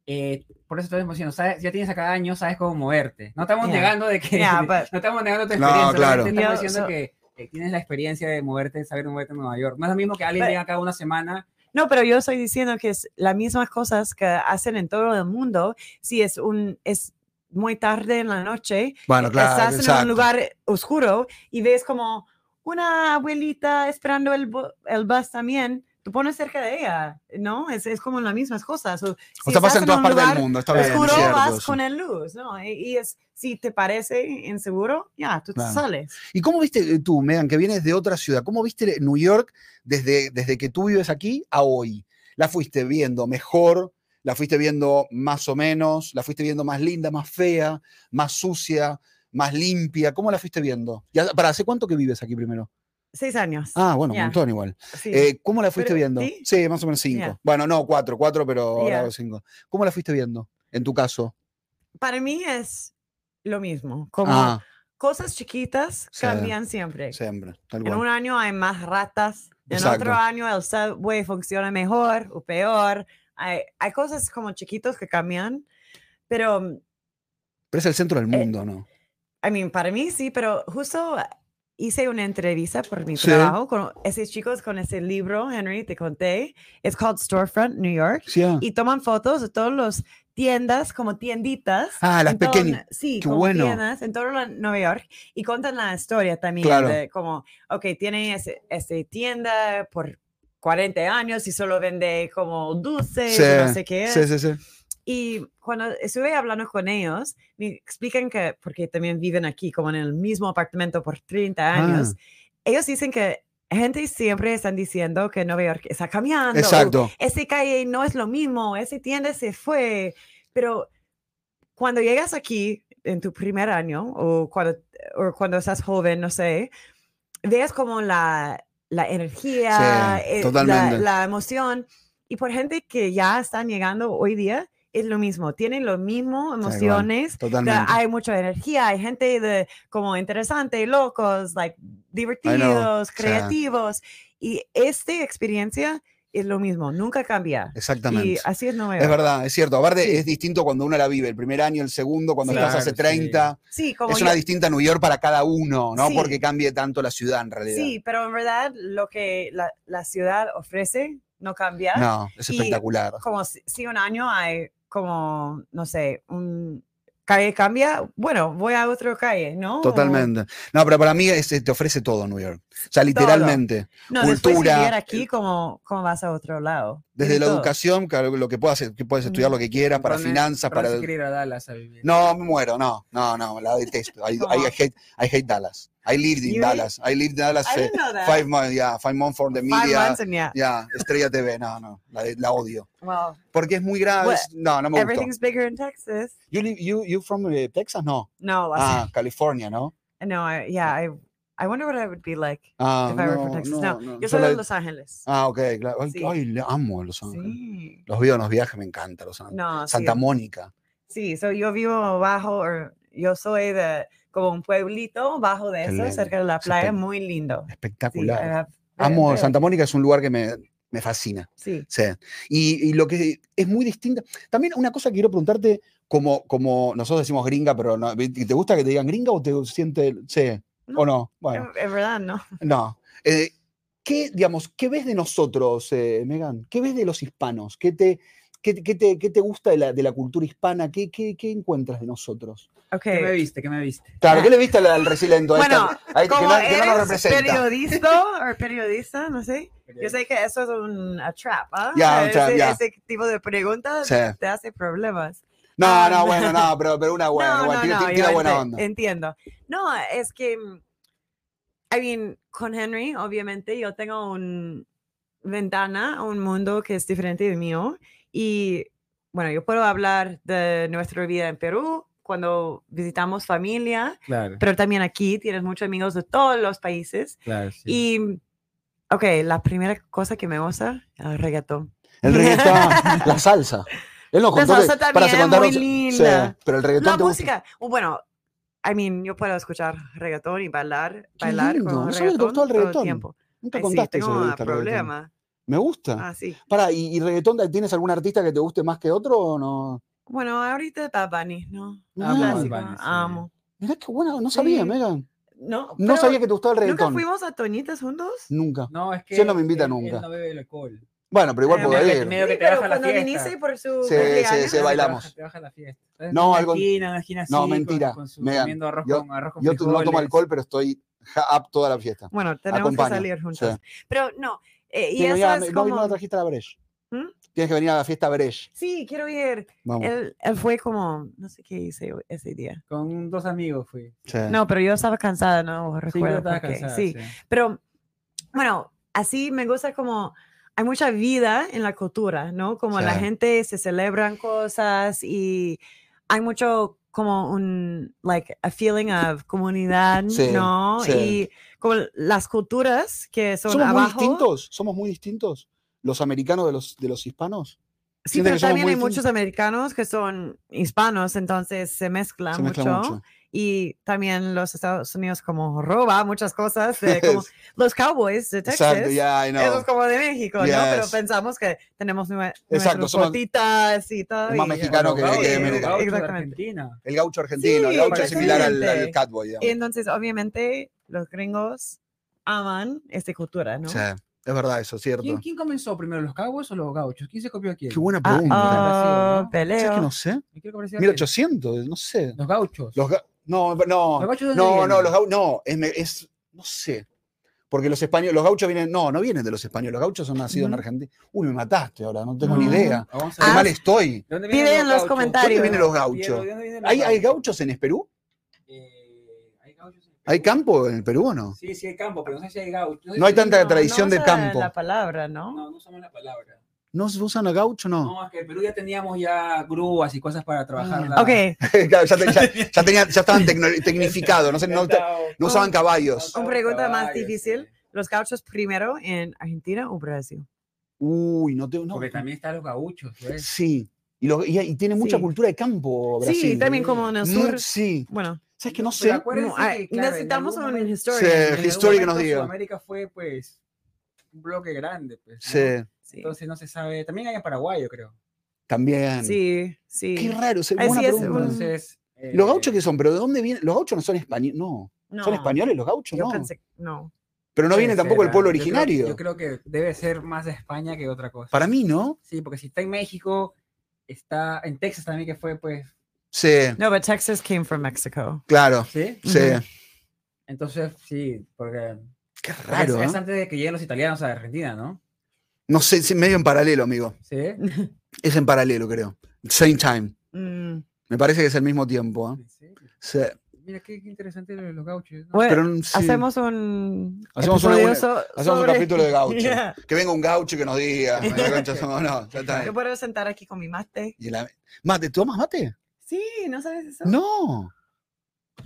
eh, por eso estamos diciendo, sabes, ya tienes a cada año, sabes cómo moverte. No estamos Yeah. negando de que... Yeah, but- no estamos negando tu No, experiencia. claro. solamente Estamos Yo- diciendo so- que eh, tienes la experiencia de moverte, saber moverte en Nueva York. No es lo mismo que alguien But- llega cada una semana. No, pero yo estoy diciendo que es las mismas cosas que hacen en todo el mundo. Si es un es muy tarde en la noche, Bueno, Ah, claro. estás en exacto. un lugar oscuro y ves como una abuelita esperando el, bu- el bus también. Tú pones cerca de ella, ¿no? Es, es como las mismas cosas. O, O sea, pasa en todas partes del mundo. Está bien. es Oscuro cierto vas eso. con el luz, ¿no? Y, y es, si te parece inseguro, ya, tú te Claro. sales. ¿Y cómo viste eh, tú, Megan, que vienes de otra ciudad? ¿Cómo viste New York desde, desde que tú vives aquí a hoy? ¿La fuiste viendo mejor? ¿La fuiste viendo más o menos? ¿La fuiste viendo más linda, más fea, más sucia, más limpia? ¿Cómo la fuiste viendo? ¿Y ha- ¿Para hace cuánto que vives aquí primero? Seis años. Ah, bueno, Ya, un montón igual. sí. Eh, ¿Cómo la fuiste Pero, viendo? ¿sí? Sí, más o menos cinco. Ya. Bueno, no, cuatro, cuatro, pero ahora Ya. hago cinco. ¿Cómo la fuiste viendo en tu caso? Para mí es lo mismo. Como Ah, cosas chiquitas Sí. cambian siempre. siempre, tal En cual. un año hay más ratas, en Exacto. otro año el subway funciona mejor o peor. Hay, hay cosas como chiquitos que cambian, pero, I Pero es el centro Eh, del mundo, ¿no? mean, para mí sí, pero justo hice una entrevista por mi Sí. trabajo con esos chicos con ese libro, Henry, te conté. It's called Storefront New York. Sí, ah. Y toman fotos de todas las tiendas, como tienditas. Ah, las en todo- pequeñas. Sí, Qué como bueno. tiendas en todo la- Nueva York y cuentan la historia también Claro. de como, ok, tiene ese, ese tienda por 40 años y solo vende como dulces, Sí, no sé qué. Sí, sí, sí. Y cuando estuve hablando con ellos, me explican que, porque también viven aquí, como en el mismo apartamento por 30 Ah. años, ellos dicen que gente siempre están diciendo que Nueva York está cambiando. Exacto. Ese calle no es lo mismo, ese tienda se fue, pero cuando llegas aquí en tu primer año o cuando, o cuando estás joven, no sé, veas como la, la energía, Sí, eh, la, totalmente. la emoción. Y por gente que ya están llegando hoy día, es lo mismo, tienen lo mismo cual. emociones. de- Totalmente. hay mucha energía, hay gente de, como interesante, locos, like, divertidos, sí. creativos. Y esta experiencia es lo mismo, nunca cambia. Y Exactamente. así es Nueva Es York. verdad, es cierto. Aparte, Sí. es distinto cuando uno la vive, el primer año, el segundo, cuando Sí. estás Claro, hace sí. 30. Sí, como es yo- una distinta New York para cada uno, ¿no? Sí. Porque cambie tanto la ciudad en realidad. Sí, pero en verdad lo que la, la ciudad ofrece no cambia. No, es Y- espectacular. Como si, si un año hay como, no sé, un calle cambia, bueno, voy a otra calle, ¿no? Totalmente. No, pero para mí es- eh, te ofrece todo New York. O sea, literalmente. O- no, después cultura, vivir aquí, como cómo vas a otro lado? Desde la Tiene todo. educación, claro, lo que puedas, que puedes estudiar lo que quieras, para Ron es- finanzas, Ron para... se quiere ir a Dallas a vivir. No, me muero, no, no, no, la detesto. I, I, Oh. hate, I hate Dallas. I lived in You- Dallas. I lived in Dallas I eh, didn't know that. five months, yeah, five months for the Five media. months and yeah. Yeah, Estrella TV, no, no, la, de- la odio. Well, Porque es muy grave. Well, es- No, no me gustó. everything's bigger in Texas. You, live- you, you from eh, Texas? No. No, Los Ah, California, ¿no? No, I, yeah, I I wonder what I would be like Ah, if I were no, from Texas. no, No, no, yo yo soy de la- Los Ángeles. Ah, ok, claro. Ay, Sí. Ay, le amo a Los Ángeles. sí. Los veo en los viajes, me encanta Los Ángeles. No, Santa sí. Mónica. Sí, so yo vivo bajo, or- yo soy de como un pueblito bajo de Qué eso, lindo. cerca de la Sí, playa, te- muy lindo. Sí, eh, I Espectacular. have- I amo really- Santa Mónica, es un lugar que me, me fascina. Sí. Sí. Y, y lo que es muy distinta. También una cosa que quiero preguntarte, como, como nosotros decimos gringa, pero no, ¿te gusta que te digan gringa o te sientes, sí, o no? Bueno, En, en verdad, no. no. Eh, ¿qué, digamos, ¿Qué ves de nosotros, eh, Megan? ¿Qué ves de los hispanos? ¿Qué te, qué, te- qué te, qué te gusta de la, de la cultura hispana? ¿Qué, qué, qué encuentras de nosotros? Okay. ¿Qué me viste? ¿Qué me viste? Claro, ¿qué le viste al, al resiliento? a esta- Bueno, a este que, Como no, que no lo eres representa. periodista o periodista, no sé. Yo sé que eso es un a trap, ¿ah? Ya, un trap, ese, ya. ese tipo de preguntas Sí. te hace problemas. No, no, Um, bueno, no, pero, pero una buena, no, buena, Ah, no, eh. tira, no, tira yo buena ente- onda. Entiendo. No, es que, mm, I mean, con Henry, obviamente, yo tengo un ventana a un mundo que es diferente del mío. Y bueno, yo puedo hablar de nuestra vida en Perú cuando visitamos familia, Claro, pero también aquí tienes muchos amigos de todos los países. claro. sí. Y, ok, la primera cosa que me gusta, el reggaetón. El reggaetón, la salsa. Él nos La contó que salsa para se también, contaron- muy sí, linda. pero el reggaetón La te gusta. música, o bueno, I mean, yo puedo escuchar reggaetón y bailar, Qué bailar lindo, con no sabía que te reggaetón gustaba el todo el reggaetón. tiempo. Nunca Ay, sí, contaste que tengo le un gusta el reggaetón. problema. Me gusta. Ah, sí. Pará, ¿y, y reggaetón tienes algún artista que te guste más que otro o no? Bueno, ahorita Bad Bunny, ¿no? Ah, Bad Clásico, Bunny, sí. amo. Mirá qué buena, no sabía, Sí. Megan. No, No pero sabía que te gustaba el ¿Nunca reggaetón. fuimos a Toñitas juntos? Nunca. No, es que. Yo no me invita él- él nunca. no bebe el alcohol. Bueno, pero igual Ah, puedo medio ir. Eh, medio que Sí, te pero baja la cuando fiesta. viniste por su Sí, cumpleaños. sí, Te bailamos. baja- Te baja la fiesta. Estás en No, una algo- esquina, en una esquina No, así, con- mentira, con su- Megan, comiendo arroz yo- con arroz con Yo tu- no tomo frijoles. alcohol, pero estoy ja- up toda la fiesta. Bueno, tenemos Acompaña, que salir sí. juntos. Pero no, eh, y Tengo eso ya- es no, no como... la trajiste a la Breche. ¿Mm? Tienes que venir a la fiesta Breche. Sí, quiero ir. Vamos. Él, él fue como, no sé qué hice ese día. Con dos amigos fui. Sí. No, pero yo estaba cansada, no Sí, yo recuerdo estaba por qué. cansada. sí, Pero bueno, así me gusta como hay mucha vida en la cultura, ¿no? Como la Sí. gente se celebran cosas y hay mucho como un, like, a feeling of comunidad, Sí, ¿no? sí. Y como las culturas que son somos muy abajo. distintos, somos muy distintos los americanos de los, de los hispanos. Sí, Siento pero que somos también muy hay muchos americanos que son hispanos, entonces se mezcla, Se mezcla mucho. mucho. Y también los Estados Unidos como roba muchas cosas, de como los cowboys de Texas. Exacto, ya, I know. Eso es como de México, ¿no? Pero Yes. pensamos que tenemos nue- Exacto, nuestras somos- botitas y todo. es más y- mexicano Los que- gauchos, que los americano. gauchos de Exactamente. Argentina. El gaucho argentino, Sí, el gaucho es similar al, al exactamente. catboy. digamos. Y entonces, obviamente, los gringos aman esta cultura, ¿no? Sí, es verdad eso, cierto. ¿Quién, quién comenzó primero, los cowboys o los gauchos? ¿Quién se copió a quién? Qué buena Ah, pregunta. ah, ¿no? ¿Sabes peleo. que no sé? Yo quiero que apareciera quién. 1800, no sé. Los gauchos. Los ga- no, no, Los gauchos de dónde no, no, vienen? los gauchos, no, es, me- es- no sé. Porque los españoles, los gauchos vienen, no, no vienen de los españoles, los gauchos son nacidos en Ujú. Argentina. Uy, me mataste ahora, no tengo ni No. idea. Ah, vamos a Qué ver. mal estoy. ¿De dónde Piden vienen en los los gauchos? comentarios. ¿Dónde vienen los gauchos? Piero, ¿de dónde vienen los ¿Hay, hay gauchos? gauchos en el Perú? Eh, ¿hay gauchos en el ¿Hay Perú? campo en el Perú o no? Sí, sí hay campo, pero no sé si hay gauchos. sé No hay si- tanta tradición de usa campo. La palabra, ¿no? No, no usamos la palabra. ¿No se usan a gaucho? No. No, es que en Perú ya teníamos ya grúas y cosas para trabajar. la- Ah. Ok, Claro, ya, te- ya- ya tenía- ya estaban tecno- tecnificados, no, sé, no, te- no usaban caballos. Una pregunta más Caballos, difícil. sí. los gauchos primero en Argentina o Brasil. Uy, no tengo. No. Porque también están los gauchos. ¿ves? Sí. Y, lo- y- y tiene mucha Sí. cultura de campo, Brasil. Sí, también como en el Mu- sur. Sí. Bueno, ¿Sabes que no sé? Pero acuérdense no, ah, que, claro, en necesitamos algún un momento- Sí. historian. El en algún history que nos momento diga. Sudamérica fue, pues, un bloque grande. Pues, ¿no? Sí, Sí. Entonces no se sabe. También hay en Paraguay, yo creo. también. sí, sí. Qué raro. o sea, Ay, buena sí, es pregunta. un- Entonces. eh, ¿Los gauchos que son? ¿Pero de dónde vienen? Los gauchos no son españoles. No. ¿Son No, españoles los gauchos? Yo No. pensé, no. Pero no puede viene ser, tampoco el ah, pueblo yo ¿eh? creo- originario. Yo creo, que debe ser más de España que otra cosa. Para mí, ¿no? Sí, porque si está en México, está en Texas también, que fue pues... Sí, No, but Texas came from Mexico. claro. Sí. Sí. Ujú. Entonces, sí, porque... Qué porque raro. Es, es ¿eh? antes de que lleguen los italianos a Argentina, ¿no? No sé, sí, medio en paralelo, amigo. Sí. Es en paralelo, creo. Same time. Mm. Me parece que es el mismo tiempo. ¿eh? Sí. Sí. Mira, qué, qué interesante lo de los gauchos. ¿no? Bueno, Pero, sí. hacemos un Hacemos una episodio buena- so- Hacemos sobre- un capítulo de gaucho. Yeah. Que venga un gaucho que nos diga. "Me concha su- no, ya está. Yo puedo sentar aquí con mi mate. Y la- Mate, ¿tomas mate? Sí, ¿no sabes eso? No.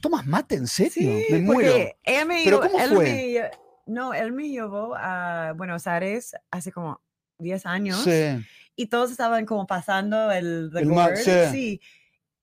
¿Tomas mate? ¿En serio? Sí, me muero. porque ella me ¿Pero llevó- cómo él fue? me lle- no, él me llevó a Buenos Aires hace como 10 años Sí. y todos estaban como pasando el, the El mar, gourd, sí. sí.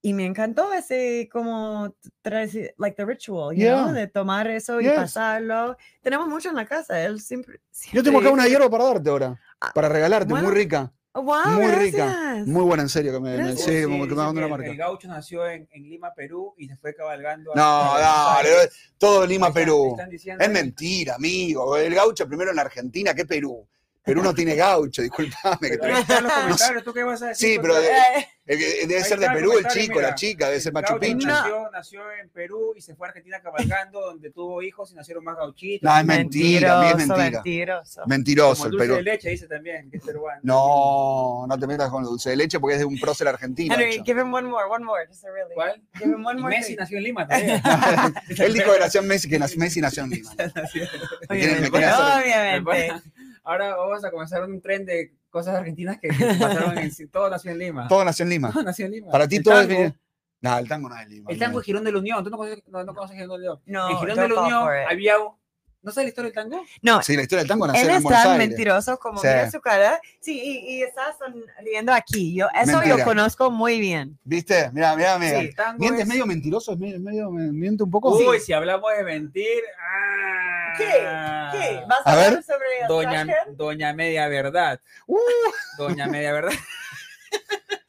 Y me encantó ese como tradici- like the ritual, you know, Yeah. de tomar eso y Yes. pasarlo. Tenemos mucho en la casa, él siempre, Yo tengo acá siempre una dice- hierba para darte ahora. Ah, Para regalarte, bueno. muy rica. Oh, wow, muy rica, gracias. Muy buena, en serio. Que me, me- Gracias. sí, como que me dicen mandó una el- marca. El gaucho nació en, en Lima, Perú y se fue cabalgando. a- No, a dale. Buenos Aires. Todo Lima, Están- Perú. están diciendo Es ahí- mentira, amigo. El gaucho primero en Argentina que Perú. Perú no tiene gaucho, disculpame. Que Pero te- ahí están los No sé. comentarios, ¿tú qué vas a decir? Sí, pero Porque- de- Eh, el que- debe Ahí ser de está el Perú el comentario, chico, la mira. chica, debe El ser Machu gaucho Picchu. No. Nació, nació en Perú y se fue a Argentina cabalgando, donde tuvo hijos y nacieron más gauchitos. No, Ah, es mentira, a mí es mentiroso, mentira. mentiroso. Mentiroso, Como el dulce Perú. de leche, dice también, que es peruano. No, no te metas con el dulce de leche porque es de un prócer argentino. Henry, hecho. give him one more, one more, just a really. ¿Cuál? Give him one Y more. Messi thing. nació en Lima también. Él dijo que nació en Messi, que nació- Messi nació en Lima. Me quieren- me Obviamente, quieren hacer- obviamente. Ahora vamos a comenzar un tren de cosas argentinas que que pasaron en sí. Todo nació en Lima. Todo nació en Lima. Todo nació en Lima. Para ti El todo es tango, bien. No, el tango no es de Lima. El tango es Girón de la Unión. ¿Tú no conoces, no, no conoces Girón de la Unión? No, en Girón de don't la fall Unión for it. había un... ¿No sabes la historia del tango? No, Sí, la historia del tango nació él Ah, en es Buenos tan Aires. mentiroso como Sí. mira su cara. Sí, y, y está sonriendo aquí. Yo, eso Mentira. lo conozco muy bien. ¿Viste? Mira, mira, mira. El tango Miente es es- medio mentiroso, es medio, medio- me- miente un poco. Uy, si hablamos de mentir... ¡ah! ¿Qué? ¿Qué? ¿Vas A a hablar ver. sobre el Doña, Sasha? Doña Media Verdad. Uh, Doña Media Verdad.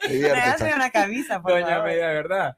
Me divierte, hace chaval. una camisa, por Doña favor. Media Verdad.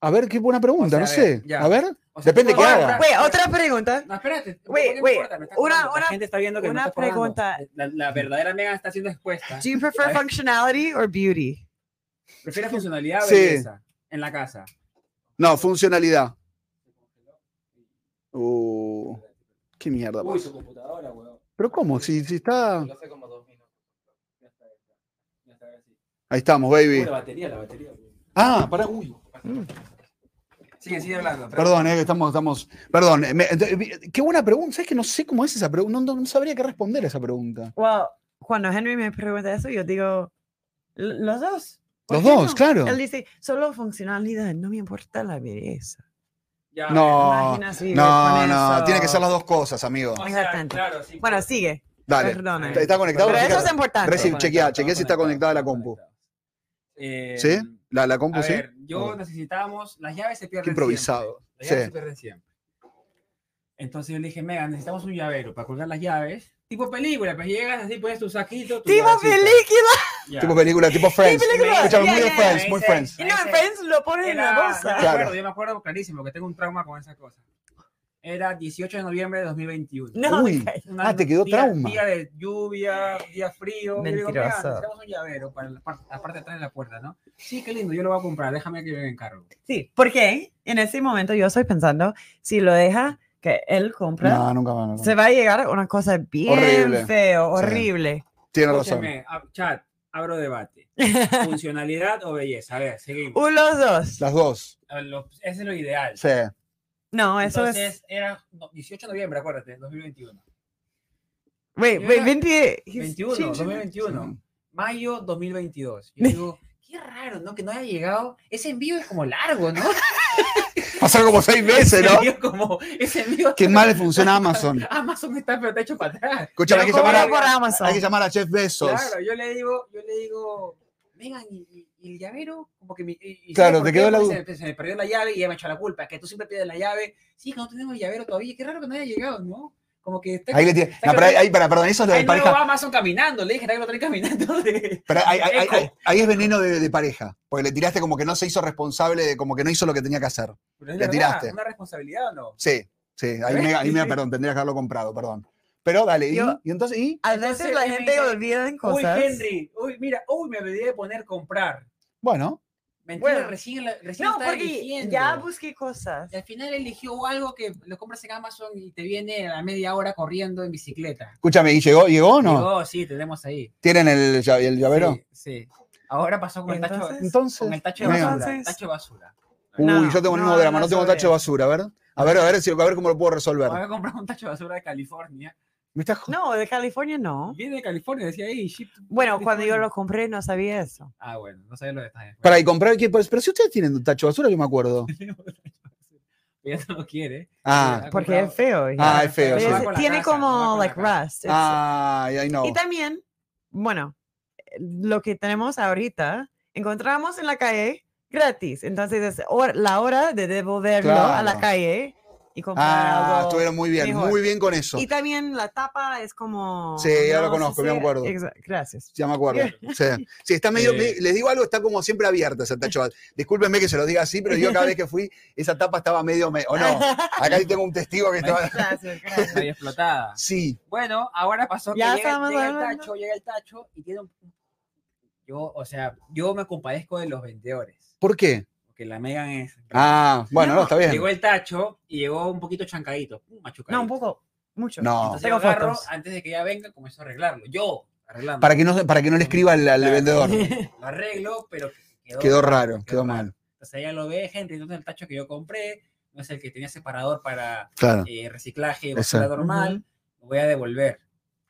A ver, qué buena pregunta, no O sea, a ver, sé. ya. A ver. O sea, Depende tú- qué no, haga. espera, Wait, espera. otra pregunta. No, espérate. Wait, no wait, importa, me estás una- grabando, una- la gente está viendo que me una estás grabando. pregunta. La, la verdadera Megan está haciendo expuesta. Do you prefer functionality or beauty? Prefiere funcionalidad o Sí. belleza en la casa. No, funcionalidad. Uh, qué mierda. Uy, pasa. su computadora, weón. Pero cómo, si, si está... Lo hace como dos minutos. Ya está, ya está. Ya está, ahora sí. Ahí estamos, Uy, baby. la batería, la batería. weón. Ah, pará, uy. Sigue, sigue hablando. espera. Perdón, eh, que estamos, estamos. Perdón, eh, me- ent- vi- qué buena pregunta. Es que no sé cómo es esa pregunta. No, no sabría qué responder a esa pregunta. Well, cuando Henry me pregunta eso, yo digo, "L- los dos. ¿por Los qué dos, no?". claro. Él dice, solo funcionalidad, no me importa la belleza. Ya, eh, No, Imaginas vivir Oh, No, con no, eso. tiene que ser las dos cosas, amigo. o sea, Exactamente. claro, sí, Bueno, pues. sigue. Dale. Perdóname. ¿Está- está conectado? Pero eso Fíjate. es importante. Reci- Estamos chequea, conectados, chequea si está estamos conectada la conectados, compu. estamos ¿Sí? conectados. Eh, La, la compu, A sí. ver, yo Oh. necesitábamos, las llaves se Qué pierden improvisado. siempre. Las llaves Sí. se pierden siempre. Entonces yo le dije, Megan, necesitamos un llavero para colgar las llaves. Tipo película, pues llegas así, pones tu saquito. Tu Tipo llavecita. película. Ya. Tipo película, tipo Friends. película? Escúchame, Ya, muy ya, de ya. Friends, muy Ese- Friends. Y no, en Ese- Friends lo ponen en la Era- yo me bolsa. Claro. acuerdo, yo me acuerdo clarísimo que tengo un trauma con esa cosa. Era 18 de noviembre de 2021. No, Uy. me cae. Una- Ah, te quedó día- trauma. Día de lluvia, día frío. Y yo digo, "Mira, Mentiroso. necesitamos un llavero para la parte, la parte de atrás de la puerta, ¿no? Sí, qué lindo, yo lo voy a comprar, déjame que yo me encargo. Sí, porque en ese momento yo estoy pensando, si lo deja que él compra, No, nunca más. se va a llegar a una cosa bien Horrible. feo, Sí. horrible. Tiene razón. Escúchame, ab- chat, abro debate. Funcionalidad o belleza. A ver, seguimos. Un los dos. Las dos. A ver, lo- ese es lo ideal. Sí. No, eso Entonces, es. era no, 18 de noviembre, acuérdate, 2021. Wait, yo wait, era 20 21, 2021. Mayo 2022. Yo digo, qué raro, ¿no? Que no haya llegado. Ese envío es como largo, ¿no? Pasaron como seis veces, Ese ¿no? envío como, Ah, ese envío. Qué mal funciona Amazon. Amazon está, pero está hecho para atrás. Escúchame, hay que Yo compré llamar a, por Amazon. hay que llamar a Jeff Bezos. Claro, yo le digo, yo le digo, vengan, y, y- y el llavero, como que mi. y- y Claro, ¿sabe por te qué? quedó la Porque Se, se me perdió la llave y ya me echó la culpa, que tú siempre pides la llave. Sí, que no tenemos el llavero todavía, qué raro que no haya llegado, ¿no? Como que está. Ahí le tiene. está no, pero ahí, caminando. ahí, para, perdón, eso es lo Ahí de no lo pareja. va Amazon caminando. Le dije, está que lo tenés caminando. de- Pero ahí, ahí- ahí- Eco. ahí- ahí es veneno de, de pareja. Porque le tiraste como que no se hizo responsable, de- como que no hizo lo que tenía que hacer. Pero es Le verdad, tiraste. ¿Una responsabilidad o no? Sí, sí. Ahí ¿Eh? me, ahí me- perdón, tendría que haberlo comprado, perdón. Pero dale, ¿y, Yo- y entonces? ¿Y? A Entonces, veces la él me gente dice, olvida en cosas. Uy, Henry. Uy, mira. Uy, me olvidé de poner comprar. Bueno, Mentira, Bueno. recién, la- recién No, está porque eligiendo. ya pues, busqué cosas. Y al final eligió algo que lo compras en Amazon y te viene a la media hora corriendo en bicicleta. escúchame, ¿y llegó, llegó o no? Digo, sí, tenemos ahí. ¿Tienen el, lla- el llavero? Sí, sí. Ahora pasó con el tacho, Entonces- Entonces. con el tacho de Mira. basura. Entonces- tacho de basura. Uy, No, yo tengo el no, mismo drama, no no tengo sobre. tacho de basura, a ver. A ver, a ver, si- a ver cómo lo puedo resolver. Ahora compré un tacho de basura de California. ¿Me estás jod- No, de California no. Viene de California, decía ahí. shipped from Bueno, cuando yo California. lo compré no sabía eso. Ah, bueno, no sabía los detalles. Para y comprar, ¿qué? pero, pero si ustedes tienen tacho de basura, yo me acuerdo. Ella no lo quiere. Ah, Ha Porque comprado- es feo. ya. Ah, es feo, Pero sí. es- Va tiene como like rust. it's- ah, ahí no. Y también, bueno, lo que tenemos ahorita, encontramos en la calle gratis. Entonces es hor- la hora de devolverlo a la Claro. calle y comprar Ah, algo. estuvieron muy bien, mejor. muy bien con eso. Y también la tapa es como... Sí, ya lo no sé conozco, me si- acuerdo. exa- Gracias. Ya me acuerdo. Sí, Sí, está medio. Eh. Les digo algo, está como siempre abierta esa tacho. de basura. Discúlpenme que se lo diga así, pero yo cada vez que fui, esa tapa estaba medio. me- o no. Acá sí tengo un testigo que estaba. Gracias, gracias. Medio explotada. Sí, Bueno, ahora pasó que Ya llega, estamos llega el hablando. tacho, llega el tacho y tiene un... Yo, o sea, yo me compadezco de los vendedores. ¿por qué? Porque la Megan es... Ah, bueno, no, está bien. Llegó el tacho y llegó un poquito chancadito, un machucadito. No, un poco, mucho. No, Entonces Tengo yo agarro, fotos. antes de que ella venga, comienzo a arreglarlo. Yo, arreglando. para que no, para que no le escriba al, al Claro. vendedor. Lo arreglo, pero quedó, Quedó raro, quedó raro. mal. Entonces ella lo ve, Henry, entonces el tacho que yo compré, no es el que tenía separador para Claro. eh, reciclaje, basura Ah. Exacto. normal, lo voy a devolver.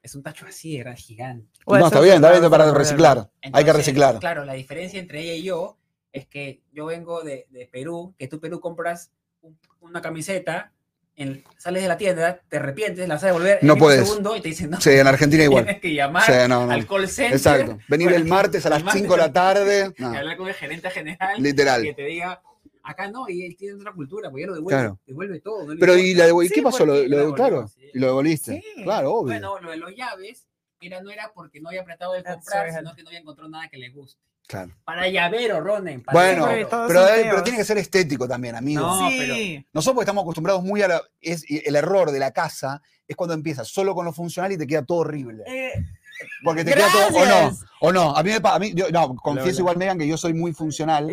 Es un tacho así, era gigante. O no, eso está es bien, está otra bien cosa, para pero- reciclar. Hay que Entonces, reciclar. Claro, la diferencia entre ella y yo es que yo vengo de, de Perú, que tú en Perú compras un- una camiseta, en- sales de la tienda, te arrepientes, la vas a devolver en No el mismo puedes. segundo y te dicen, no, Sí, en Argentina igual. tienes que llamar Sí, no, no. al call center. Exacto. Venir Bueno, el martes a el las martes 5 de a la tarde. y no, hablar con el gerente general que literal. te diga, acá no, y él tiene otra cultura, porque ya lo devuelve, Claro. devuelve todo. no le Pero importa. ¿y la devolví? Sí, ¿Qué pasó? ¿Lo, porque la lo- devolvimos, claro, sí. y lo devolviste. Sí. Claro, obvio. Bueno, lo de los llaves, era, no era porque no había apretado el That's comprar, right. sino que no había encontrado nada que le guste. Claro. Para llavero, Ronen. para Bueno, Porque llavero. todos pero, son eh, pero feos. tiene que ser estético también, amigo. No, Sí. Nosotros porque estamos acostumbrados muy a la, es, y el error de la casa es cuando empiezas solo con lo funcional y te queda todo horrible. Eh, Porque te queda todo o no, gracias. o no. A mí me pa- a mí yo- no, confieso Lola. igual Megan que yo soy muy Ya. funcional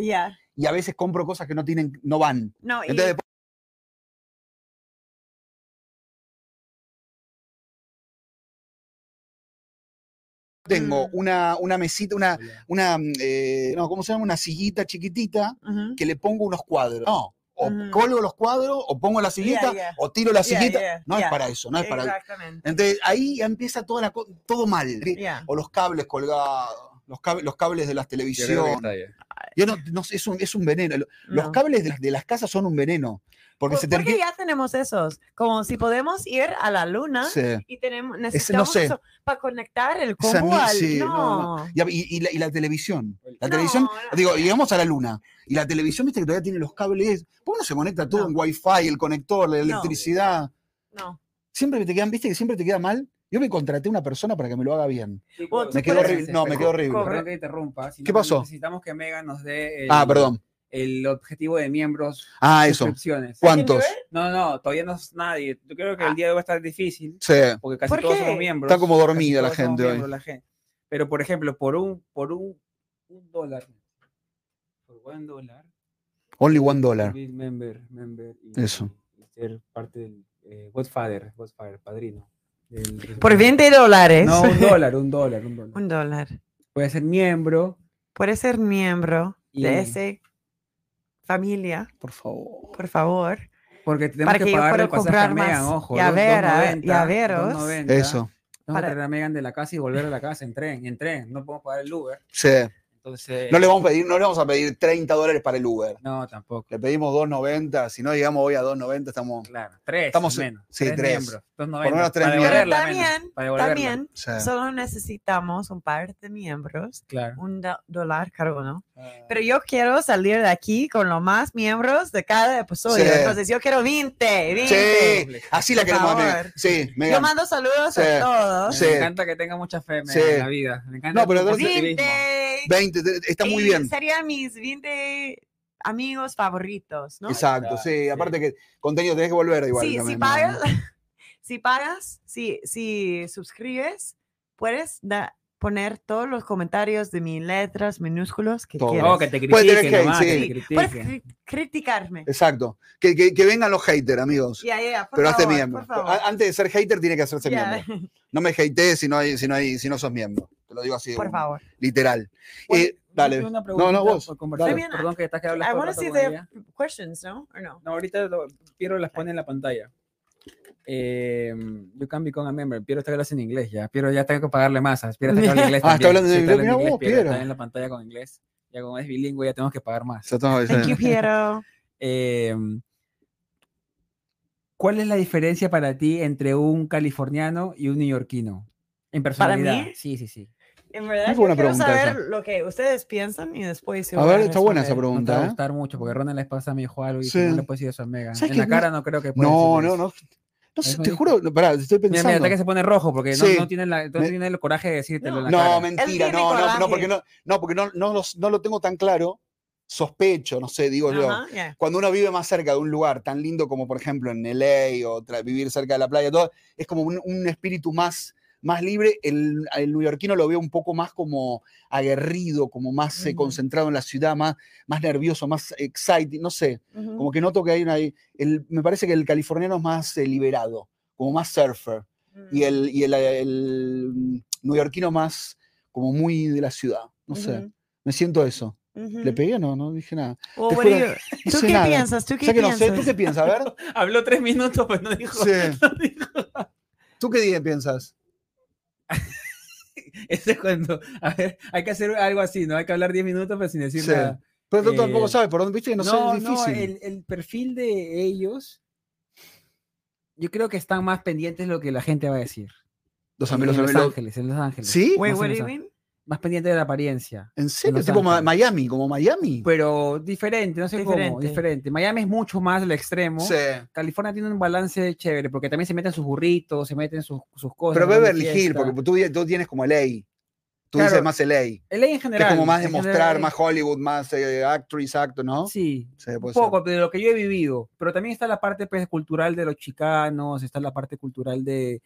y a veces compro cosas que no tienen no van. No, y- Entonces después- tengo Mm. una, una mesita, una, una eh, no, ¿cómo se llama? Una sillita chiquitita Ujú. que le pongo unos cuadros. No, o Ujú. colgo los cuadros, o pongo la sillita, yeah. o tiro la Yeah, sillita. yeah, no yeah. es para eso, no es para Exactamente. Entonces ahí ya empieza toda la co- todo mal. Yeah. O los cables colgados, los, cab- los cables de las televisiones. Yo no, no sé, es un, es un veneno. Lo- Los No. cables de las, de las casas son un veneno. Porque Por- se te porque ya tenemos esos. Como si podemos ir a la luna Sí. y tenemos Ese no necesitamos sé. eso para conectar el Esa combo mi- al sí, no. no, Y, y- y la, y la televisión. La No, televisión, no. digo, llegamos a la luna. Y la televisión, viste que todavía tiene los cables. ¿Por qué no se conecta todo No. en Wi-Fi, el conector, la electricidad? no. Siempre te quedan, viste que siempre te queda mal. Yo me contraté una persona para que me lo haga bien. Bueno, Me tú quedó puedes- horrible. No, me quedó horrible. Cobra. Perdón que interrumpa. sino ¿Qué que pasó? Necesitamos que Mega nos dé el, Ah, perdón. el objetivo de miembros. Ah, eso. suscripciones. ¿Cuál? ¿Cuántos? No, no, todavía no es nadie. Yo creo que el día de hoy va a estar difícil Sí. porque casi ¿Por todos qué? somos miembros. Está como casi dormida la todos somos gente hoy. miembros, la gente. Pero por ejemplo, por un, por un, un dólar, por un dólar, Only one dollar. be member, member y, Eso. y ser parte del eh, Godfather, Godfather, padrino. del- del- Por 20 dólares. No, un dólar, un dólar, un dólar. Un dólar. Puede ser miembro. Puedes ser miembro Y- de ese familia, Por favor. por favor. Porque tenemos Para que, que yo pagar pueda el pasaje a comprar Megan, más ojo. llavera- 2.90, llaveros. 2.90. Eso. Tengo Para- que traer a Megan de la casa y volver a la casa en tren, en tren. No podemos pagar el Uber. Sí. Entonces. No le, vamos a pedir, no le vamos a pedir 30 dólares para el Uber. No, tampoco. Le pedimos 2.90. Si no llegamos hoy a 2.90, estamos. Claro. Tres. Estamos- menos. sí, tres. miembros. Dos menos novenas, tres para miembros. devolverla menos, También, para devolverla. también, Sí. solo necesitamos un par de miembros, Claro. un do- dólar cada uno. Pero yo quiero salir de aquí con los más miembros de cada episodio. Sí. Entonces yo quiero 20, 20. Sí, así la Por queremos a favor. Megan. Sí, Yo Megan. mando saludos Sí. a todos. Sí. Me encanta que tenga mucha fe me- Sí. en la vida. Me encanta No, pero tu dos- positivismo. 20. 20, te- está muy Y bien. Serían Eh, mis 20 amigos favoritos, ¿no? Exacto, sí. Aparte que contenido tenés que volver igual. sí, si también, ¿no? pagas, si pagas, si, si suscribes, puedes da- poner todos los comentarios de mis letras minúsculos que Todo. quieras. No, que te Puede tener critiquen, hate, nomás, sí. que te Oh, Sí, puedes critiquen. cri- criticarme. Exacto. Que, que- que vengan los haters, amigos. Ya, ya, por pero hazte favor, miembro. por favor. A- Antes de ser hater, tiene que hacerse Ya, miembro. No me hatees si no, hay, si, no hay, si no sos miembro. Te lo digo así, de por una, favor. literal. Oye, Eh, dale. tengo No, una no, preguntita vos. por conversar. Dale. Perdón que estás que hablas I todo el wanna rato see con the- ella. Questions, ¿no? ¿O no? No, ahorita lo- Piero las pone en la pantalla. Eh, you can become a member. Piero está hablando en inglés ya. Piero ya tengo que pagarle más. Piero está que habla inglés. Ah, está también. hablando en Sí, inglés. Mira inglés, vos, Piero, Piero. Está en la pantalla con inglés. Ya como es bilingüe, ya tenemos que pagar más. Ya estamos- Thank you, Piero. Eh, ¿Cuál es la diferencia para ti entre un californiano y un neoyorquino? En personalidad. mí? Sí, sí, sí. En verdad, Muy yo buena quiero pregunta esa. saber lo que ustedes piensan y después yo A voy ver, está buena responder. esa No te va a pregunta. ¿eh? gustar mucho porque Ronan la esposa me dijo algo y Sí. no le puedes decir eso a Megan. ¿Sabes En que la no- cara no creo que pueda No, decirle no, eso. no. No sé, Eso te es- juro, no, pará, estoy Mira, mira, pensando. hasta que se pone rojo porque no, Sí. no tiene, la, no Me- tiene el coraje de decírtelo en la cara. No, Él mentira, tiene no, no, no, coraje. porque no, no, porque no, no, los- no lo tengo tan claro. Sospecho, no sé, digo yo. Ajá, ya. Cuando uno vive más cerca de un lugar tan lindo como, por ejemplo, en LA o tra- vivir cerca de la playa, todo, es como un, un espíritu más, más libre. El, el neoyorquino lo veo un poco más como aguerrido, como más eh, Ujú. concentrado en la ciudad, más, más nervioso, más excited, no sé. Ujú. Como que noto que hay una. el- me parece que el californiano es más eh, liberado, como más surfer Mm. y el, y el, el neoyorquino más como muy de la ciudad. No sé, Ujú, me siento eso. ¿Le ujú. pegué? No, no dije nada. Well, Te what do juro, you- No ¿Tú sé qué nada. piensas? ¿Tú qué O sea que no piensas? sé, ¿tú qué piensas? A ver, Habló tres minutos, pero no dijo. Sí. no dijo. ¿tú qué di- piensas? Ese es cuando. A ver, hay que hacer algo así, ¿no? Hay que hablar diez minutos, pero sin decir Sí. nada. Pero tú Eh, tampoco sabes por dónde, viste, no, sé, es difícil. el, el perfil de ellos, yo creo que están más pendientes de lo que la gente va a decir. Los En- amigos, en los- Los los- Ángeles, en Los Ángeles. ¿Sí? Wait, Más o what do menos you así. mean? Más pendiente de la apariencia. ¿En serio? Los tipo ma- Ángeles. Miami, como Miami. Pero diferente, no sé cómo, Diferente. diferente. Miami es mucho más al extremo. Sí. California tiene un balance chévere porque también se meten sus burritos, se meten sus, sus cosas. Pero van de Beverly Hill, fiesta. porque tú, tú tienes como LA. Tú Claro. dices más LA. LA en Que es general. como más de en general, mostrar, más Hollywood, más eh, actriz, acto, ¿no? Sí, Sí, un puede ser. poco de lo que yo he vivido, pero también está la parte pues, cultural de los chicanos, está la parte cultural de,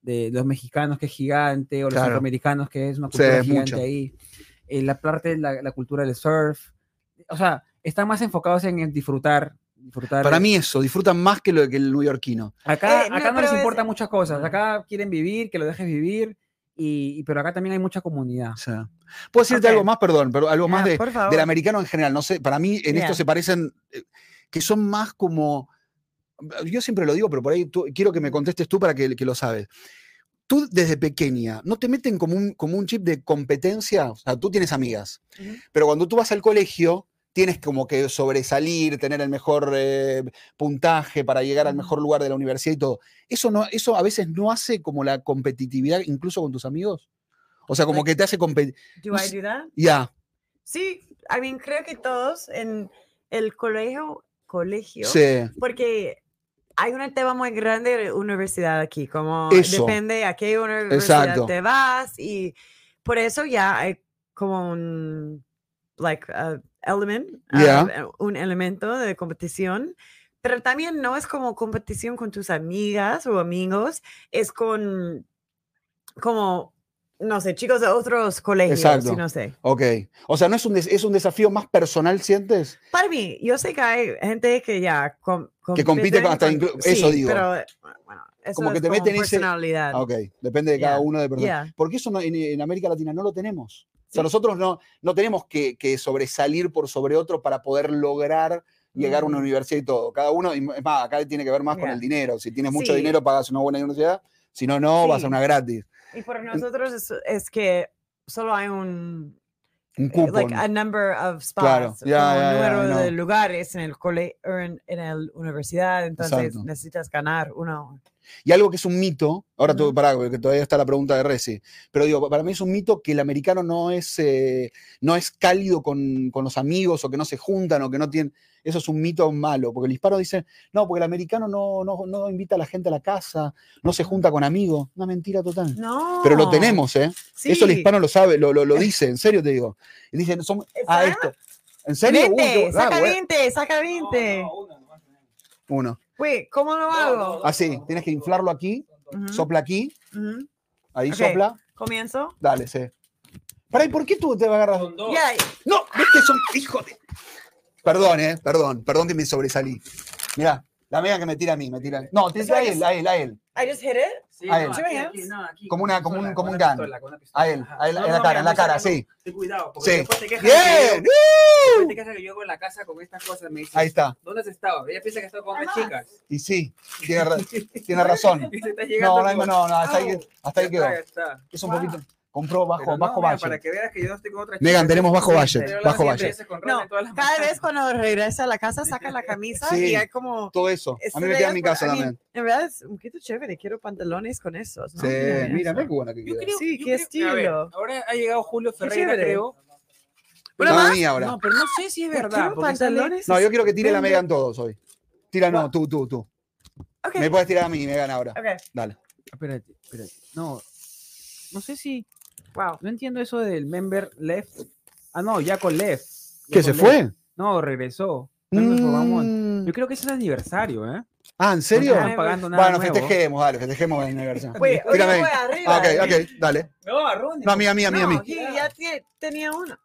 de los mexicanos que es gigante, o los Claro. centroamericanos que es una Sí, cultura es gigante mucho. ahí, eh, la parte de la, la cultura del surf, o sea, están más enfocados en el disfrutar. disfrutar Para eh, mí eso, disfrutan más que lo que el neoyorquino. Acá, Eh, no, acá no, les pero es- importan muchas cosas, acá quieren vivir, que lo dejes vivir, y, y- pero acá también hay mucha comunidad. O sea, Puedo decirte Ok. algo más, perdón, pero algo más Ah, de, por favor. del americano en general. No sé, para mí en esto Ya. se parecen, eh, que son más como, yo siempre lo digo, pero por ahí tú- quiero que me contestes tú para que, que lo sabes. Tú desde pequeña, ¿no te meten como un, como un chip de competencia? O sea, tú tienes amigas, Ujú. pero cuando tú vas al colegio, tienes como que sobresalir, tener el mejor eh, puntaje para llegar al Ujú. mejor lugar de la universidad y todo. Eso, no, eso a veces no hace como la competitividad incluso con tus amigos. O sea, Pues como que te hace competir. Do I do that? Ya. Sí, I mean, creo que todos en el colegio, colegio, Sí, porque hay un tema muy grande de universidad aquí, como Eso. depende a qué universidad Exacto. te vas y por eso ya hay como un like a element, uh, Yeah. un elemento de competición, pero también no es como competición con tus amigas o amigos, es con como no sé, chicos de otros colegios, y Exacto. no sé. ok. O sea, no es un, des- es un desafío más personal, ¿sientes? Para mí, yo sé que hay gente que ya com- Que compite con- hasta compiten inclu- eso sí, digo. Pero eh, bueno, eso Como es que te como meten ese- personalidad. Ah, ok, depende de cada Yeah, uno de persona. yeah. Porque eso no- en, en América Latina no lo tenemos. O sea, Sí. nosotros no, no tenemos que, que sobresalir por sobre otro para poder lograr llegar a una Mm. universidad y todo. Cada uno, y es más, acá tiene que ver más con Yeah. el dinero. Si tienes mucho Sí. dinero, pagas una buena universidad. Si no, no, vas a Sí. una gratis. Y por nosotros es, es que solo hay un eh, Un cupo. like ¿no? a number of spots, Claro. Ya, o un ya, ya, número de no. lugares en el cole o en, en la universidad, entonces Exacto. necesitas ganar uno. Y algo que es un mito, ahora tú, Ujú. pará, que todavía está la pregunta de Resi, pero digo, para mí es un mito que el americano no es, eh, no es cálido con, con los amigos o que no se juntan o que no tienen. Eso es un mito malo, porque el hispano dice, no, porque el americano no, no, no invita a la gente a la casa, no se junta con amigos. Una mentira total. No. Pero lo tenemos, ¿eh? Sí. Eso el hispano lo sabe, lo, lo, lo dice, en serio te digo. Y dicen, son a ¿Está? ah, esto. ¿En serio? Uy, Vente, qué- ah, saca bueno. 20, saca 20. No, no, una nomás tenemos. Uno. Güey, ¿cómo lo hago? No, no, Así, tienes que inflarlo aquí, Ujú, sopla aquí, ujú. ahí Ok. sopla. Comienzo. Dale, sí. Pará, ¿y por qué tú te agarras? Son dos. Ya, No, ves que son hijo de. Perdón, eh, perdón, perdón que me sobresalí. Mirá, la mega que me tira a mí, me tira. No, te Espera, a que él, sí. a él, a él. I just hit it. Sí, A él. no, ¿Sí aquí, me aquí, ves? no, aquí, Como con una- como pistola, un- como con un una gun. pistola, con una pistola, A él, ajá. a él, No, en no, la cara, mira, en la muchacha, cara, no, sí. Ten cuidado, porque Sí. después te quejas ¡Bien! ¡Uh! que yo- después te quejas que yo llego a la casa con estas cosas, me dice, Ahí está. ¿dónde has estado? Ella piensa que estaba con unas chicas. Y sí, tiene, ra- tiene razón. Y se está No, llegando no, no, con- Ah, no, no, hasta ahí, hasta ahí Ya quedó. está, ya está. Es un poquito. Compró bajo, Pero no, bajo mira, valle. Para que veas que yo no estoy con otra Megan, tenemos bajo Sí, valle, estoy hablando bajo siempre valle. ese con No, Ron en todas las Cada mañanas. vez cuando regresa a la casa, saca la camisa Sí. y hay como. Todo eso. es A mí me queda en mi real, casa I mean, también. En verdad es un poquito chévere. Quiero pantalones con esos. ¿no? Sí, mira, mira qué eso. buena que Yo queda. creo- yo Sí, qué creo- a ver, estilo. ahora ha llegado Julio Ferreira, chévere. creo. ¿Una No, más? a mí ahora. No, pero no sé si es verdad. Quiero porque sale- pantalones. No, yo quiero que tire la Venga. Megan todos hoy. Tira, no, tú, tú, tú. Ok, Me puedes tirar a mí, Megan, ahora. ok, Dale. Espérate, espérate. No. No sé si. wow. No entiendo eso del member left. Ah, no, ya con left. Ya ¿Qué con se left. fue? No, regresó. No nos formamos. Mm. Yo creo que ese es aniversario, ¿eh? Ah, ¿en No serio? están pagando nada Bueno, nuevo. festejemos, dale, festejemos en la versión. Wait, hoy Tírame. fue Ah, arriba. ok, ok, dale. No, a Ronnie. No, a mí, a mí, a mí, a mí. No, he ya tie- tenía uno.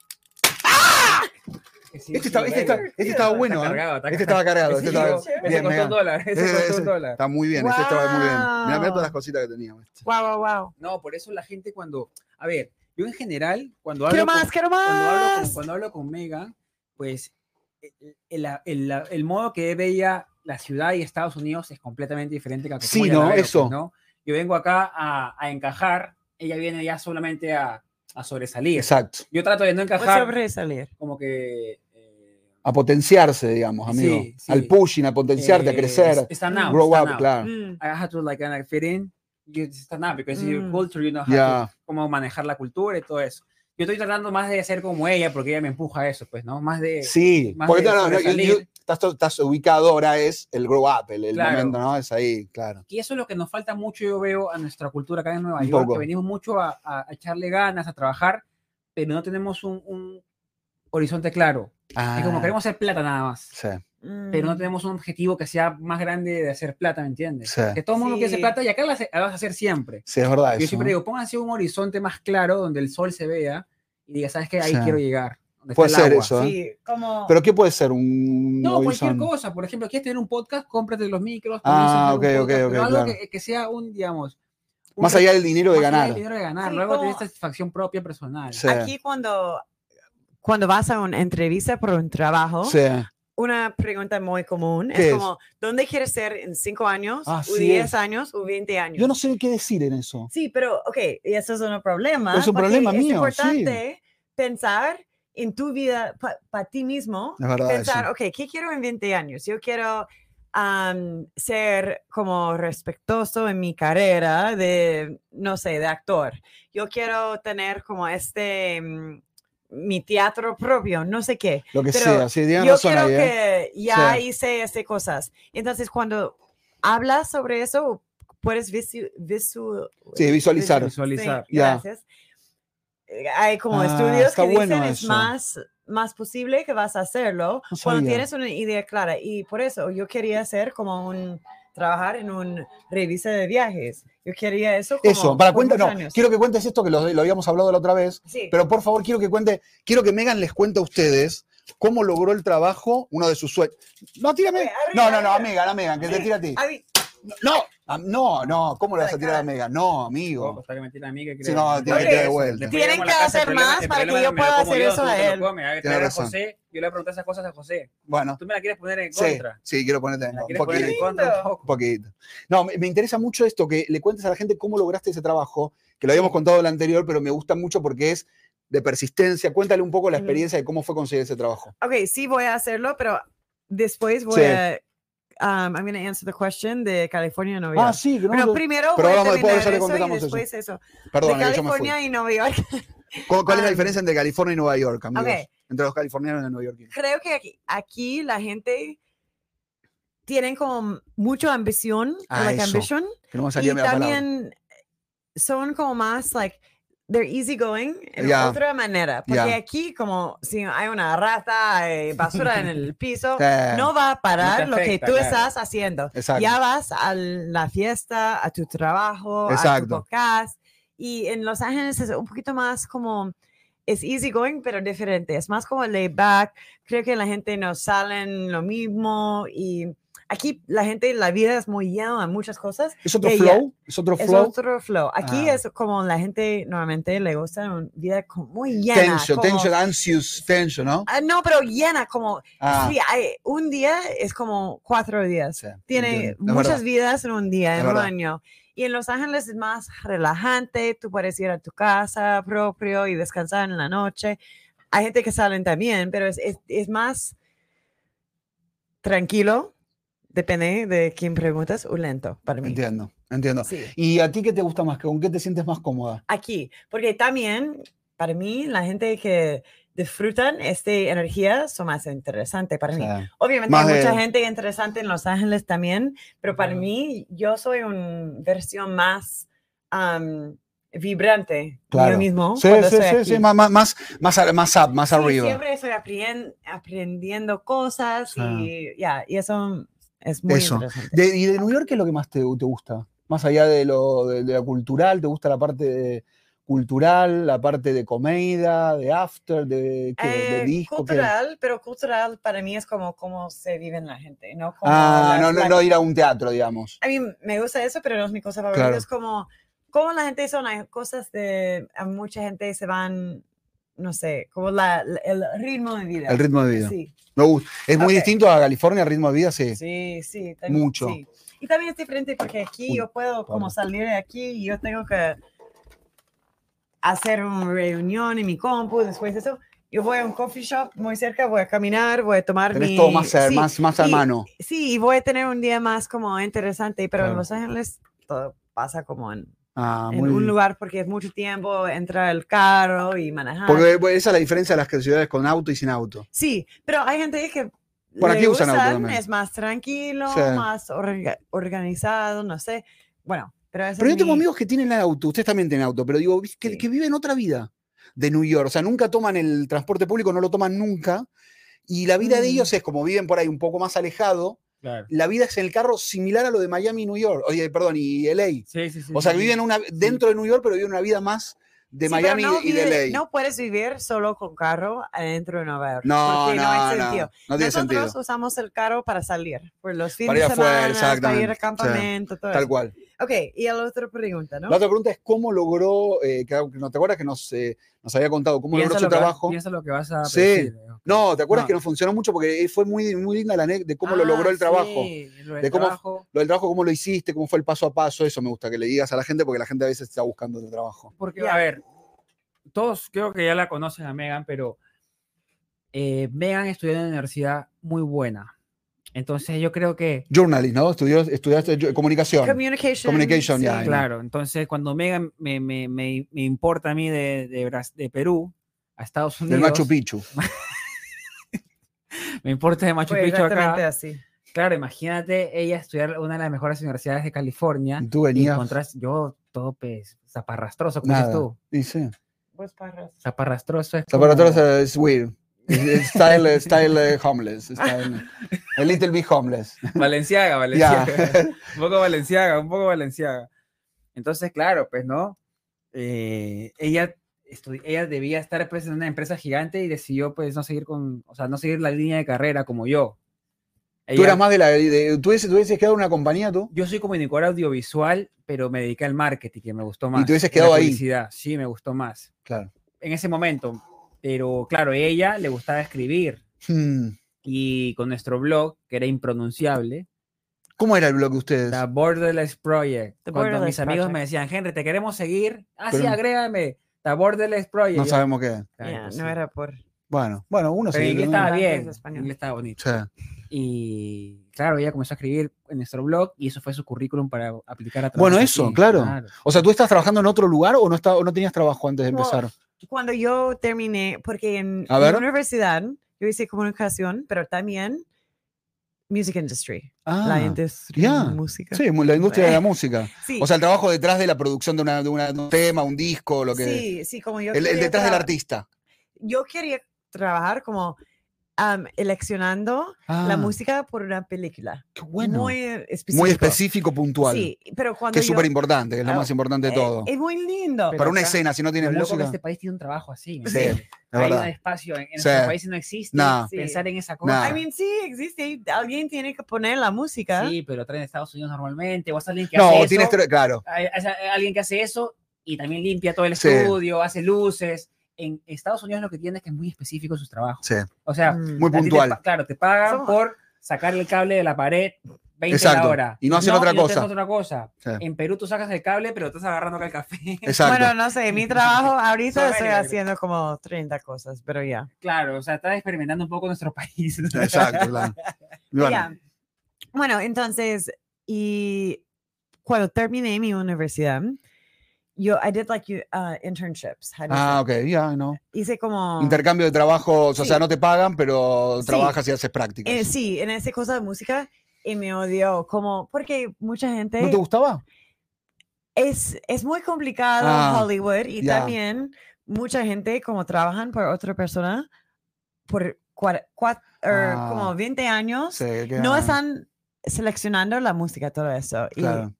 Sí, sí, Este, está, este, venga. está, este estaba bueno, ¿eh? cargado, está Este estaba cargado. Este Ese estaba, llegó, chévere. ese bien, costó mega. un dólar, ese Ese- costó ese- un dólar. está muy bien, este estaba muy bien. Mirá, mirá Wow. todas las cositas que teníamos. Wow, wow, wow. No, por eso la gente cuando, a ver, yo en general, cuando hablo, Quiero con, más, quiero cuando hablo, con, más. cuando hablo con Megan, pues el, el- el- el modo que veía la ciudad y Estados Unidos es completamente diferente que a como Sí, yo la ¿no? veo, pues, Eso. ¿no? Yo vengo acá a, a encajar, ella viene ya solamente a, a sobresalir. Exacto. Yo trato de no Voy a encajar sobresalir. como que... eh, A potenciarse, digamos, Sí, amigo. sí. Al pushing, a potenciarte, a eh, crecer. Stand out, Grow stand up, out. claro. Mm. I have to like kind of fit in. You stand out because your Mm. culture, you know how to Ya, cómo manejar la cultura y todo eso. Yo estoy tratando más de ser como ella, porque ella me empuja a eso, pues, ¿no? Más de... sí. más Porque de no, no, no, sobresalir. you- you- estás, estás ubicado ahora, es el grow up, el, el Claro. momento, ¿no? Es ahí, claro. Y eso es lo que nos falta mucho, yo veo, a nuestra cultura acá en Nueva Un York, poco. que venimos mucho a, a- a echarle ganas, a trabajar, pero no tenemos un, un horizonte claro. Ah, Es como queremos hacer plata nada más, sí. mm. pero no tenemos un objetivo que sea más grande de hacer plata, ¿me entiendes? Sí. Que todo el mundo quiere hacer Sí. plata y acá la, hace- la vas a hacer siempre. Sí, es verdad Yo eso. siempre ¿no? digo, pónganse un horizonte más claro donde el sol se vea y diga, ¿sabes qué? Ahí Sí. quiero llegar. donde está Puede el ser agua". eso, ¿eh? Sí, como. ¿Pero qué puede ser? ¿Un No, cualquier Horizon? cosa. Por ejemplo, quieres tener un podcast, cómprate los micros. Ah, comienza a hacer un ok, ok, podcast, pero ok, Algo claro. que, que sea un, digamos. un Más re- allá del dinero de más allá del ganar. dinero de ganar, Sí, luego tener como- satisfacción propia personal. Sí, Aquí cuando, cuando vas a una entrevista por un trabajo, sí. una pregunta muy común ¿Qué es, es? como, ¿dónde quieres ser en 5 años, Así o 10 es. años, o 20 años? Yo no sé qué decir en eso. Sí, pero, ok, y eso es un problema. Es un porque problema mío, sí. Es importante pensar en tu vida para ti mismo, Es verdad. eso. pensar, ok, ¿qué quiero en 20 años? Yo quiero am, ser como respetuoso en mi carrera de, no sé, de actor. Yo quiero tener como este, mm, mi teatro propio, no sé qué. Lo que pero sea, sí, tienen Yo razón creo ahí, ¿eh? que ya Sí. hice estas cosas. Entonces, cuando hablas sobre eso, puedes visu- visu- Sí, visualizar. Visualizar. Sí, Ya. gracias. Eh, Hay como Ah, estudios está que dicen bueno es eso. más, más posible que vas a hacerlo No cuando sabía. tienes una idea clara. Y por eso yo quería hacer como un trabajar en un revista de viajes. Yo quería eso. Como, Eso, para por cuenta, no. muchos años. Quiero que cuentes esto que lo, lo habíamos hablado la otra vez, Sí. pero por favor quiero que cuente, quiero que Megan les cuente a ustedes cómo logró el trabajo, uno de sus sueños. No, tírame. Oye, arriba, No, no, no, a arriba. Megan, a Megan, que te tira a Ah, ti. A mí- No, a- no, no, ¿cómo le vas a Ay, tirar a Megan? No, Ojo, amigo. está que me tira a mí, que Sí, creo. no, tiene que tirar de vuelta. Después Tienen llamo a la que casa, el hacer problema- más el para que problema yo me lo pueda como hacer yo, tú eso a te lo él. comes. A Tienes ver, traer a razón. José, yo le pregunté esas cosas a José. Bueno, Tú me la quieres poner en sí, contra. sí, quiero ponerte Me la un quieres poner poquito. en contra un Lindo. Un poco. poquito. No, me, me interesa mucho esto, que le cuentes a la gente cómo lograste ese trabajo, que lo habíamos contado en el anterior, pero me gusta mucho porque es de persistencia. Cuéntale un poco la Ujú. experiencia de cómo fue conseguir ese trabajo. Ok, sí voy a hacerlo, pero después voy Sí. a... Um, I'm going to answer the question de California y Nueva York. Ah, sí, que no, Pero no- primero Pero voy a vamos, después terminar ya le eso y contestamos eso. después eso. perdón, yo de me fui. California y Nueva York. ¿Cu- ¿Cuál es la Ah. diferencia entre California y Nueva York, amigos? Ok. Entre los californianos y los neoyorquinos. creo que aquí, aquí la gente tienen como mucha ambición, Ah, like eso. ambition, Que no me y salía la palabra. también son como más like they're easygoing en Ya. otra manera, porque Ya. aquí como si hay una rata, hay basura en el piso, Sí, no va a parar lo que afecta, tú claro. estás haciendo. Exacto. Ya vas a la fiesta, a tu trabajo, a tu Exacto. podcast. Y en Los Ángeles es un poquito más como, es easy going, pero diferente. Es más como laid back. Creo que la gente no salen lo mismo. Y aquí la gente, la vida es muy llena de muchas cosas. ¿Es otro Ya, ya. flow? ¿Es otro Es flow? otro flow. Aquí Ah. es como la gente normalmente le gusta una vida como muy llena. Tension, como- tension, anxious, tension, ¿no? Ah, no, pero llena, como Ah, Sí, hay- un día es como cuatro días. sí, Tiene entiendo. Es muchas verdad. vidas en un día, Es en un verdad. año. Y en Los Ángeles es más relajante, tú puedes ir a tu casa propio y descansar en la noche. Hay gente que salen también, pero es, es- es más tranquilo, depende de quién preguntas, o lento para mí. Entiendo, entiendo. Sí, ¿Y a ti qué te gusta más? ¿Con qué te sientes más cómoda? aquí, porque también para mí la gente que disfrutan esta energía son más interesante para O mí. sea, Obviamente Más hay mucha de- gente interesante en Los Ángeles también, pero para Claro. mí yo soy una versión más am, vibrante Claro. yo mismo. sí, cuando sí, estoy sí, aquí. sí, más, más, más, más, ar- más up, más Sí, arriba. siempre estoy aprien- aprendiendo cosas Ah. y, ya, y eso es muy Eso. interesante. De- ¿Y de Nueva York qué es lo que más te, te gusta? Más allá de lo de, de la cultural, ¿te gusta la parte de- cultural, la parte de comedia, de after, de, qué? de Eh, disco? qué? cultural, pero cultural para mí es como cómo se vive en la gente, ¿no? Como Ah, las- no, no, las- no ir a un teatro, digamos. A mí me gusta eso, pero no es mi cosa favorita. Claro. Es como, como la gente son, hay cosas de, a mucha gente se van, no sé, como la, la- el ritmo de vida. El ritmo de vida. Sí, Me gusta. Es muy Ok. distinto a California, el ritmo de vida, sí. sí, sí. tam- Mucho. sí. Y también es diferente porque aquí Uy, yo puedo como perdón. salir de aquí y yo tengo que hacer una reunión en mi compu, después de eso. Yo voy a un coffee shop muy cerca, voy a caminar, voy a tomar Tenés mi... todo más, a- sí, más, más a y- mano. Sí, y voy a tener un día más como interesante, pero en Claro. Los Ángeles todo pasa como en, Ah, en muy un bien. lugar porque es mucho tiempo entrar el carro y manejar. Porque bueno, esa es la diferencia de las que- ciudades con auto y sin auto. Sí, pero hay gente que Por le aquí usan auto usan, también. es más tranquilo, Sí. más orga- organizado, no sé. Bueno, pero ese Pero es yo tengo mi- amigos que tienen el auto, ustedes también tienen auto, pero digo, vi- que, Sí. que viven otra vida de New York. O sea, nunca toman el transporte público, no lo toman nunca. Y la vida de Mm. ellos es como viven por ahí un poco más alejado. Claro. La vida es en el carro similar a lo de Miami y New York. Oye, perdón, y LA. Sí, sí, sí. O sea, sí, que sí. viven una, dentro de New York, pero viven una vida más de Sí, pero Miami no y de vive- LA. No puedes vivir solo con carro adentro de Nueva York. No, porque hay no, no, sentido. no, tiene Nosotros sentido. usamos el carro para salir, por los fines ir de afuera, semana, para ir exactamente, al sí, campamento, todo Tal eso. cual. Ok, y a la otra pregunta, ¿no? La otra pregunta es cómo logró, eh, que, que no te acuerdas que nos, eh, nos había contado, cómo Piensa logró su lo que vas- trabajo. Piensa lo que vas a Sí. decir. eh, No, ¿te acuerdas No. Ah, que no funcionó mucho? Porque eh, fue muy, muy digna la anécdota de cómo lo logró Ah, el trabajo. De de cómo- cómo Lo del trabajo, cómo lo hiciste, cómo fue el paso a paso, eso me gusta que le digas a la gente porque la gente a veces está buscando otro trabajo. Porque, Ya. a ver, todos creo que ya la conocen a Megan, pero eh, Megan estudió en una universidad muy buena. Entonces yo creo que, Journalist, ¿no? Estudió, estudiaste yo- comunicación. Communication. Communication, ya, sí. ya. claro, entonces cuando Megan me, me, me- me importa a mí de, de, Bras- de Perú a Estados del Unidos, Machu Picchu. me importa de Machu Pues, Fue Picchu exactamente acá. así. Claro, imagínate ella estudiar una de las mejores universidades de California Y tú y venías. encontrás, yo todo pues, zaparrastroso, como dices Nada. tú, Y sí. Vos parras. zaparrastroso es O sea, para como- todos eh, es weird. Es- es Style, eh, style eh, homeless. Style, a little bit homeless. Valenciaga, Ya. Valenciaga. un poco Valenciaga, un poco Valenciaga. Entonces, claro, pues, ¿no? Eh, ella, estu- ella debía estar pues, en una empresa gigante y decidió, pues, no seguir con, o sea, no seguir la línea de carrera como yo. Tú Ella- eras más de la. de- tú, hubieses, tú hubieses quedado en una compañía, tú. Yo soy comunicador audiovisual, pero me dediqué al marketing, que me gustó más. hubieses la quedado ahí. publicidad, Sí, me gustó más. Claro. En ese momento. Pero, claro, a ella le gustaba escribir. Hmm. Y con nuestro blog, que era impronunciable, ¿Cómo era el blog de ustedes? The Borderless Project. The cuando Borderless mis amigos Project. me decían, Henry, te queremos seguir. Ah, sí, Pero- agrégame. The Borderless Project. No ya. sabemos qué. es. Claro, Ya, pues, no sí. era por... Bueno, bueno, uno Pero sí, en inglés ¿no? estaba Inglés bien, es en español. inglés estaba bonito. Sí. Y claro, ella comenzó a escribir en nuestro blog y eso fue su currículum para aplicar a Bueno, trabajos eso, aquí, claro. O sea, ¿tú estás trabajando en otro lugar o no, está, o no tenías trabajo antes de No, empezar? Cuando yo terminé, porque en, A en ver. la universidad yo hice comunicación, pero también music industry, la Ah, industria de ya. música. sí, la industria de la música. Sí, O sea, el trabajo detrás de la producción de, una- de una- de un tema, un disco, lo que... sí, sí, como yo el, el quería detrás del traba- artista. Yo quería trabajar como am, eleccionando la Ah, música por una película. qué bueno. Muy Muy, específico. específico, puntual. Sí, pero cuando que es yo- súper importante, que es lo Ah, más importante de eh, todo. Es muy lindo. Pero Para una acá, escena, si no tienes Lo loco que música, este país tiene un trabajo así. ¿me Sí, entiendes? la Hay un verdad. espacio, en, en Sí. nuestro país no existe. Nah. Sí. Pensar en esa Nah. cosa. I mean, sí, existe. Alguien tiene que poner la música. Sí, pero traen de Estados Unidos normalmente. O es alguien que hace No, eso, tienes... tres- Claro. hay- hay alguien que hace eso y también limpia todo el Sí. estudio, hace luces. En Estados Unidos lo que tiene es que es muy específico sus trabajos. Sí, O sea, Mm. muy a ti te puntual. pa- claro, te pagan Somos- por sacar el cable de la pared 20 a Exacto, la hora. y no hacen otra y no te cosa. hacen otra cosa. Sí. En Perú tú sacas el cable, pero estás agarrando acá el café. Exacto. Bueno, no sé, mi trabajo ahorita No, estoy bueno, haciendo como 30 cosas, pero ya. claro, o sea, estás experimentando un poco nuestro país. Exacto, claro. Y bueno, Ya. Bueno, entonces, y cuando terminé mi universidad, yo, I did like you- uh, internships. how do you Ah, say? ok, ya, no. Hice como... Intercambio de trabajos, o sea, Sí. no te pagan, pero Sí. trabajas y haces prácticas. eh, sí, en esa cosa de música, y me odió, como, porque mucha gente... ¿No te gustaba? es, es muy complicado Ah, Hollywood y ya. también mucha gente como trabajan por otra persona por cuar- cuat- er, Ah, como 20 años, Sí, que- no están seleccionando la música, todo eso. Y Ah.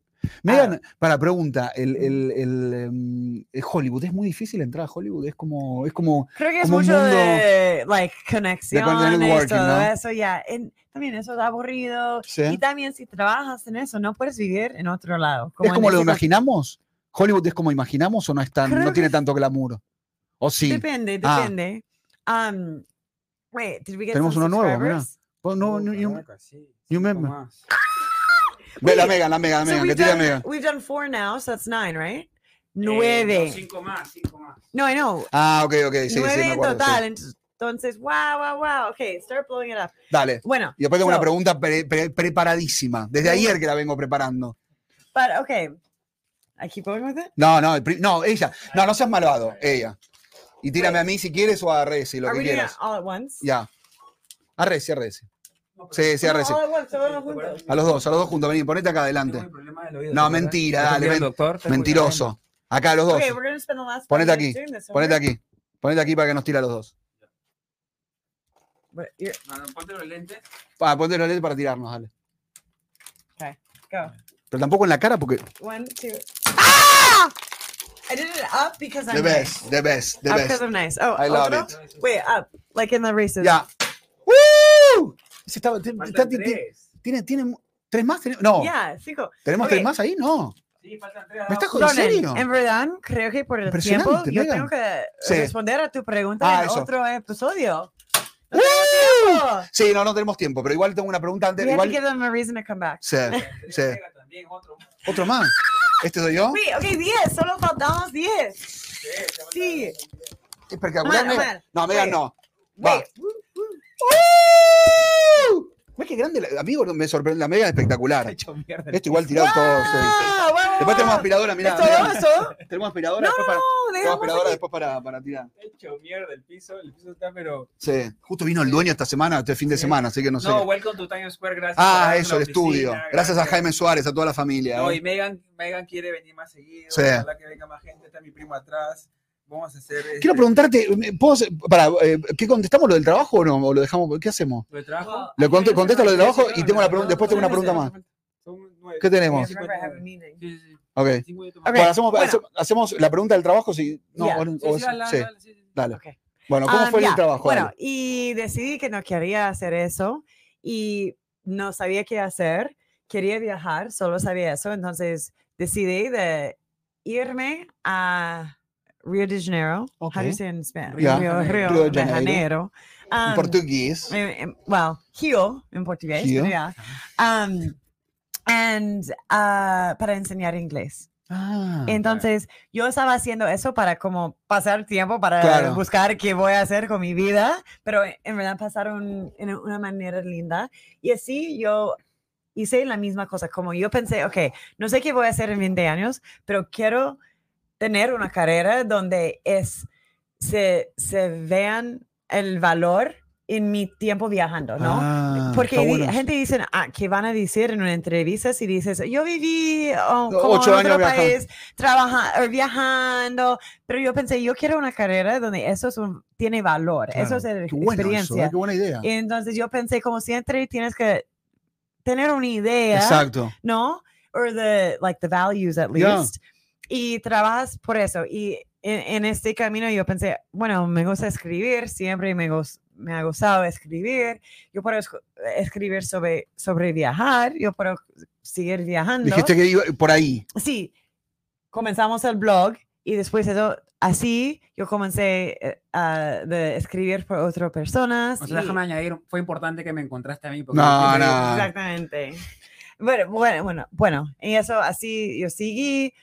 Claro. Megan, para pregunta, el, el- el, em, el Hollywood, ¿es muy difícil entrar a Hollywood? Es como, es como, creo que es Como un mucho mundo de like, conexiones, networking, todo ¿no? eso, ya. En- También eso es aburrido. ¿sí? Y también si trabajas en eso, no puedes vivir en otro lado. ¿es en como lo ese co- imaginamos? ¿Hollywood es como imaginamos o no es tan, Creo no que tiene es- tanto glamour? ¿O sí? Depende, Ah. depende. Um, wait, did we get Tenemos some uno nuevo, mirá. subscribers? Oh, No, no, you- you remember. más. Ve la Oye, Megan, la Megan, la So Megan, que we've Ah, tira Eh, done, Megan. we've done four now, so that's nine, right? Eh, Nueve. Nueve. cinco más, cinco más. No, I know. Ah, ok, ok, sí, sí, Nueve me en acuerdo, sí. total. Ent- Entonces, wow, wow, wow. Okay, start blowing it up. Dale. Bueno, Y después tengo una So- pregunta pre- pre- preparadísima, desde ayer que la vengo preparando. but okay. I keep going with it. No, no, el pri- no, ella. No, no seas malvado, ella. Y tírame a mí si quieres o a Resi, lo Are que we doing it quieras. all at once? Ya. A Resi, a Resi. No, pero- Sí, sí, a No, Resi. all at once, todo junto. A los dos, a los dos juntos, vení, ponete acá Tengo adelante. el problema del oído, No, ¿te acuerdas? mentira, ¿Estás dale, bien, ven- doctor? ¿Estás muy Mentiroso. Acá a los dos. Okay, we're gonna spend the last five Ponete minutes aquí, doing this, Ponete alright? aquí. Ponete aquí para que nos tire a los dos. But you're- No, no, ponte los lentes. Ah, ponte los lentes para tirarnos, dale. Go. Pero tampoco en la cara porque. One, two. Ah! I did it up because I'm The best, the best, the nice. Up because best. I'm nice. Oh, I love otro? it. Wait, up. Like in the races. Ya. ¡Woo! Se estaba- te- Faltan está- ti- ti- tres. tiene, tiene- ¿Tres más? ¿Tiene- No. Yeah, cinco. ¿Tenemos Ok. tres más ahí? No. Sí, faltan tres. Ah, ¿Me estás abajo. ¿En Ronen, serio? En verdad, creo que por el tiempo Impresionante, yo Megan. tengo que Sí. responder a tu pregunta Ah, en eso. otro episodio. ¡Woo! Oh, Sí, no, no tenemos tiempo, pero igual tengo una pregunta antes. we have to Igual, give them a reason to come back. sí, sí. Ortega también, otro. ¿Otro más? ¿Este soy yo? Wait, ok, 10, solo faltamos 10. Sí. Espectacular. Mal, Megan. mal. No, Megan, Wait. no. Va. Wait, ¡Woo! Mirá qué grande, la- amigo, me sorprende. La Megan es espectacular. Hecho mierda. Esto igual tirado todo. sí. ah, wow, wow, Después tenemos wow. aspiradora, mirá. ¿Es todo mirá. eso? Tenemos aspiradora, No, después para, tenemos dejamos aspiradora aquí. después para, para tirar. Hecho mierda el piso, el piso está pero... Sí. Justo vino el dueño esta semana, este fin de Sí. semana, así que no sé. No, welcome to Times Square, gracias. por ah, darnos eso, el la estudio. oficina, Gracias a Jaime Suárez, a toda la familia. No, ¿eh? y Megan, Megan quiere venir más seguido, Sí. ojalá que venga más gente, está mi primo atrás. Vamos a hacer... este, Quiero preguntarte, ¿puedo, hacer- pará, eh, ¿qué contestamos lo del trabajo o no? ¿O lo dejamos? ¿Qué hacemos? ¿Lo de trabajo? Le conté- contesta lo del trabajo y tengo la pregunta- pregunta después tengo una pregunta más. ¿Qué tenemos? Remember, I have a meeting. Sí, sí, sí. Ok. Cinco minutos Ok. más. Bueno, hacemos, bueno. hace- hacemos la pregunta del trabajo, si no, Ya. o- Sí, o- sí, dale, sí, dale, dale, sí, sí. dale. Ok. Bueno, ¿cómo Um, fue el ya, trabajo? Bueno, Dale. y decidí que no quería hacer eso y no sabía qué hacer. Quería viajar, solo sabía eso. Entonces decidí de irme a Río de Janeiro. How do Ok. you say in Spanish? Ya. Río, Río Río de de Janeiro. Janeiro. en Um, portugués. em- em- well, Rio en portugués. Rio. pero ya. Um, and uh, para enseñar inglés. Ah, Entonces, yo estaba haciendo eso para como pasar tiempo, para Claro. buscar qué voy a hacer con mi vida, pero e, en verdad pasaron en e, una manera linda. Y así yo hice la misma cosa, como yo pensé, ok, no sé qué voy a hacer en 20 años, pero quiero tener una carrera donde es, se, se vean el valor en mi tiempo viajando, ¿no? ah, Porque está di- bueno. gente dice, ah, que van a decir en una entrevista si dices, yo viví oh, No, como ocho en años otro viajando". país, trabaja- eh, viajando, pero yo pensé, yo quiero una carrera donde eso es un- tiene valor, eso Claro. es el- Qué bueno eso, ¿eh? experiencia. qué buena idea. Y entonces yo pensé, como siempre, tienes que tener una idea, Exacto. ¿no? Or the, like, the values at Yeah. least. Y trabajas por eso. Y en, en este camino yo pensé, bueno, me gusta escribir, siempre me, gos- me ha gustado escribir. Yo puedo esco- escribir sobre, sobre viajar, yo puedo seguir viajando. Dijiste que iba por ahí. Sí, comenzamos el blog y después eso, así yo comencé eh, a de escribir por otras personas. O sea, y- déjame añadir, fue importante que me encontraste a mí. porque yo No, siempre digo, no. Exactamente. Bueno, bueno, bueno, bueno, y eso así yo seguí,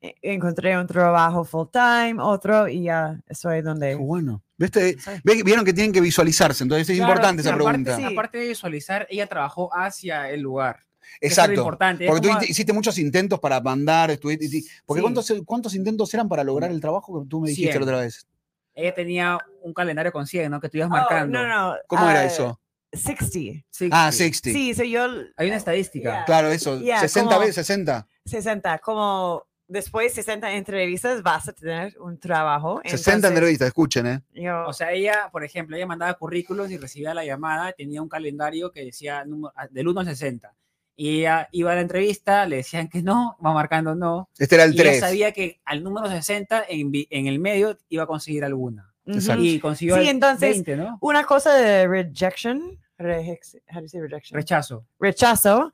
e- encontré un trabajo full time, otro y ya estoy Qué donde... bueno. ¿Viste? ¿sabes? Ve- Vieron que tienen que visualizarse, entonces es Claro, importante sí, esa aparte- pregunta. sí, Aparte, de visualizar, ella trabajó hacia el lugar. que eso es lo Exacto. importante. es Porque tú como- hiti- hiciste muchos intentos para mandar, estuviste- hiciste- porque Sí. ¿cuántos, cuántos intentos eran para lograr el trabajo que tú me dijiste Cien. la otra vez? Ella tenía un calendario con 100, ¿no? Que tú ibas Oh, marcando. no, no, ¿Cómo era ah, eso? 60. Ah, 60. 60. Sí, soy yo Hay una estadística. Yeah. Claro, eso. Yeah, 60 como- veces, 60. 60, como después 60 entrevistas vas a tener un trabajo. 60 entonces entrevistas, escuchen, ¿eh? yo- O sea, ella, por ejemplo, ella mandaba currículos y recibía la llamada, tenía un calendario que decía número- ah, del 1 al 60. Y ella iba a la entrevista, le decían que no, va marcando no. Este era el Y ella 3. sabía que al número 60 en, vi- en el medio iba a conseguir alguna. Ujú. exacto. Y consiguió Sí, el entonces- 20, ¿no? Una cosa de rejection, rejex- how do you say rejection? Rechazo. rechazo,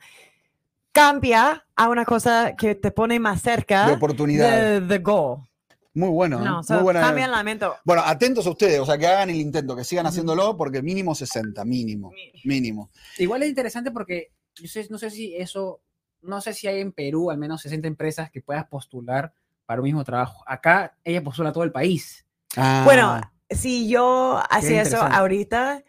cambia a una cosa que te pone más De cerca oportunidad. de the goal. Muy bueno. ¿eh? No, Muy so, buena. cambia el lamento. Bueno, atentos a ustedes, o sea, que hagan el intento, que sigan haciéndolo, porque mínimo 60, mínimo, mínimo. Igual es interesante porque yo sé- no sé si eso, no sé si hay en Perú al menos 60 empresas que puedas postular para un mismo trabajo. Acá ella postula a todo el país. Ah, Bueno, si yo hacía eso interesante. ahorita,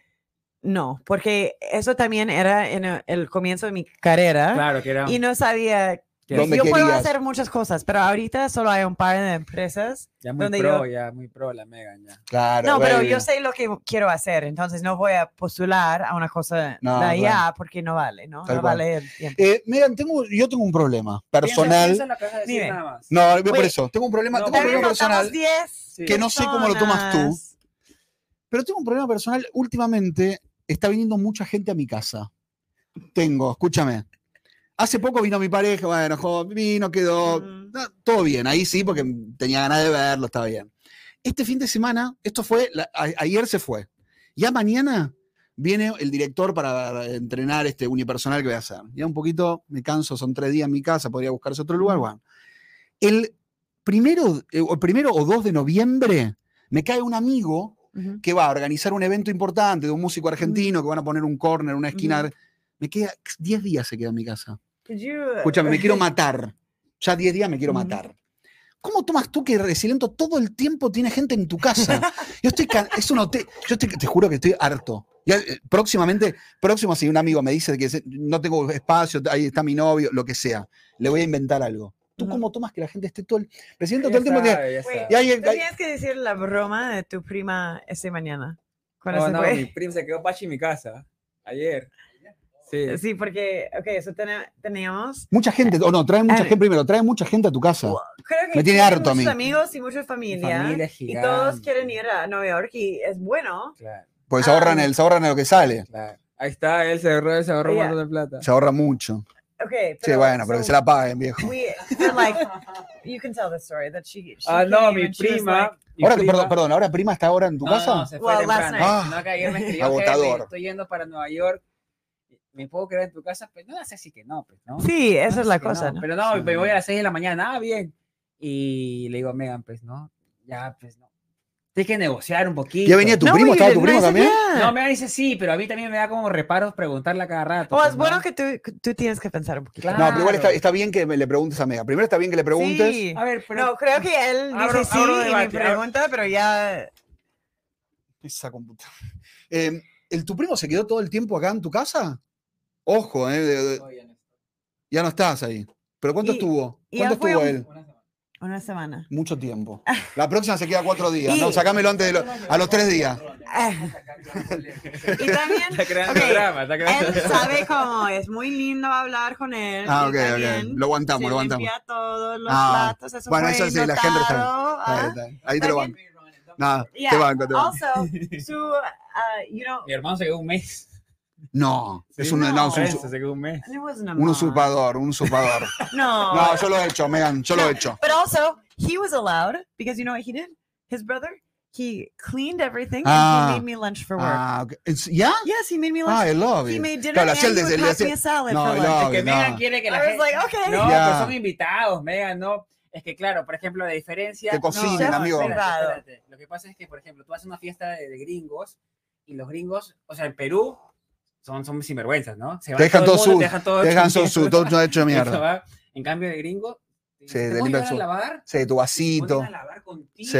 no, porque eso también era en el- el comienzo de mi carrera Claro que era. y no sabía. que ¿Dónde yo puedo querías? hacer muchas cosas, pero ahorita solo hay un par de empresas. Ya muy ¿Dónde pro, ya muy pro la Megan. Ya. claro. No, pero baby. yo sé lo que quiero hacer, entonces no voy a postular a una cosa No, de claro. allá porque no vale, ¿no? Tal no cual. vale el tiempo. Eh, Megan, tengo, yo tengo un problema Piensa- personal. piensa en lo que vas a decir Dime. nada más. No, veo por Wait. eso. Tengo un problema, No, tengo un También problema faltamos personal, 10 Sí. que no sé cómo lo tomas tú, personas. pero tengo un problema personal. Últimamente está viniendo mucha gente a mi casa. Tengo, escúchame. Hace poco vino mi pareja, bueno, jo- vino, quedó, Mm. no, todo bien, ahí sí, porque tenía ganas de verlo, está bien. Este fin de semana, esto fue, la- a- ayer se fue. Ya mañana viene el director para entrenar este unipersonal que voy a hacer. Ya un poquito me canso, son tres días en mi casa, podría buscarse otro lugar. Bueno. El primero, eh, o primero o 2 de noviembre me cae un amigo Ujú. que va a organizar un evento importante de un músico argentino que van a poner un corner, una esquina. Me queda 10 días se queda en mi casa. Could you, uh, Escúchame, me quiero matar. Ya 10 días me quiero Ujú. matar. ¿Cómo tomas tú que Resiliento todo el tiempo tiene gente en tu casa? Yo estoy. can- Es un hotel. Yo estoy- te juro que estoy harto. Ya, eh, próximamente, próximo, si un amigo me dice que se- no tengo espacio, ahí está mi novio, lo que sea, le voy a inventar algo. ¿Tú Ujú. cómo tomas que la gente esté todo el. Resiliento Ya todo el tiempo que. sabe, ya Wait, Y sabe. hay- tú hay- tienes que decir la broma de tu prima ese mañana. Cuando Oh, se no, fue. mi primo se quedó pachi en mi casa ayer. Sí. Sí, porque, ok, eso tene- teníamos. Mucha gente, o no, trae mucha gente primero, trae mucha gente a tu casa. Creo que Me tiene tienes harto a muchos mí. amigos y mucha familia. Familia y todos gigante. quieren ir a Nueva York y es bueno. Claro, Porque se ahorran, el, se ahorran lo que sale. claro. Ahí está, él se ahorró, se ahorró un Ya. montón de plata. Se ahorra mucho. Ok, Sí, bueno, pero que se la paguen, viejo. We, we're like, you can tell the story that she. she Ah, no, came mi and she was prima. mi Ahora, prima- perdón, perdón, ahora prima está ahora en tu No, casa. No, se fue Well, last temprano. night. sino que ayer me escribió, Agotador. "Henry, estoy yendo para Nueva York. ¿Me puedo quedar en tu casa? Pues no, sé si que no, pues no. like- sí, No, esa es así la que no, cosa. ¿no? Pero no, Sí. me voy a las 6 de la mañana. Ah, bien. Y le digo, Megan, pues no. Ya, pues no. Tienes que negociar un poquito. ¿Ya venía tu No, primo? y ¿Estaba de- tu primo no, esa también? ya. No, me dice sí, pero a mí también me da como reparos preguntarla cada rato. O pues, es ¿no? bueno que tú, que tú tienes que pensar un poquito. Claro. No, pero igual está, está bien que me le preguntes a Mega. Primero está bien que le preguntes. Sí. A ver, pero. no, creo que él dice Abro- sí abro y me debate, abro- pregunta, pero ya... Esa computadora. Eh, ¿El tu primo se quedó todo el tiempo acá en tu casa? Ojo, eh, de- de- ya no estás ahí. ¿Pero cuánto Y- estuvo? y ¿Cuánto él fue estuvo un- él? Una semana. Mucho tiempo. La próxima se queda cuatro días. Y- No, sacámelo antes de lo- a los tres días. Eh, Ah, y también Está creando Ok, Em, drama, está creando él drama. sabe cómo es muy lindo hablar con él. Ah, y ok, está ok. bien. Lo aguantamos, Se lo aguantamos. limpia todos los Ah, platos. Eso bueno, fue eso sí, la gente notado, está bien. Está ah. bien, está bien. Ahí te lo banco. También- Nada, Yeah, te banco, te banco. Also, su, uh, you know, Mi hermano se quedó un mes. No, es Sí, un, no, es un Renzo usu- se quedó un mes. it wasn't a un month. usurpador, un usurpador. No. No, yo lo he hecho, Megan, yo lo he hecho. But also, he was allowed because you know what he did? His brother, he cleaned everything Ah. and he made me lunch for work. Ah, ok. ¿En s- ¿Ya? yes, he made me lunch. Ah, I love he it. made dinner Claro, and hacía el he des- would le pass me hacía- a salad No, for I lunch. love que no. Megan quiere que la I was gente. like, okay. No, Ya. pues son invitados, Megan, no. Es que claro, por ejemplo, la diferencia. Que No, cocinen, no, amigo. espérate, espérate. Lo que pasa es que, por ejemplo, tú haces una fiesta de, de gringos y los gringos, o sea, en Perú son, son sinvergüenzas, ¿no? Se va Te dejan el todo mundo, sucio, dejan todo Te dejan hecho son su todo hecho mierda. mierda. Se va. En cambio de gringo, Sí, te te puedo limpian llevar a su- lavar, Sí, tu te ponen vasito. a lavar contigo.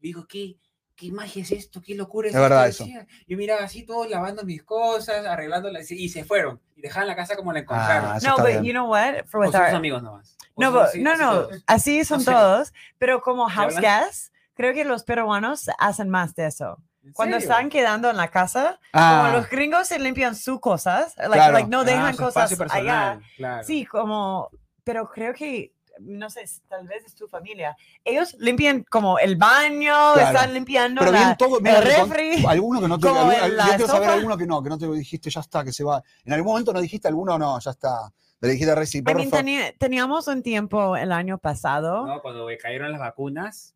Digo, ¿qué, ¿qué magia es esto? ¿Qué locura es, Es verdad esto? Decía. Yo miraba así todos lavando mis cosas, arreglándolas y se fueron. Y dejaban la casa como la encontraron. Ah, eso No, está but bien. you know what? For O with son sus our, amigos nomás. O no, son but- así- no, así no, todos. así son sé. todos, pero como house hablan? guests, creo que los peruanos hacen más de eso. ¿En Cuando serio? están quedando en la casa, Ah, como los gringos se limpian sus cosas, like, Claro. like, no Ah, dejan su cosas espacio allá. personal, claro. Sí, como, pero creo que, no sé, s- tal vez es tu familia. Ellos limpian como el baño, Claro. están limpiando pero bien la- todo. el Megan, con- refri. Alguno que no te. como algún- en algún- yo la quiero saber sopa. alguno que no, que no te lo dijiste, ya está, que se va. En algún momento no dijiste alguno, no, ya está. Le dijiste a Reci, I por mean, favor. teni- teníamos un tiempo el año pasado. No, cuando me cayeron las vacunas.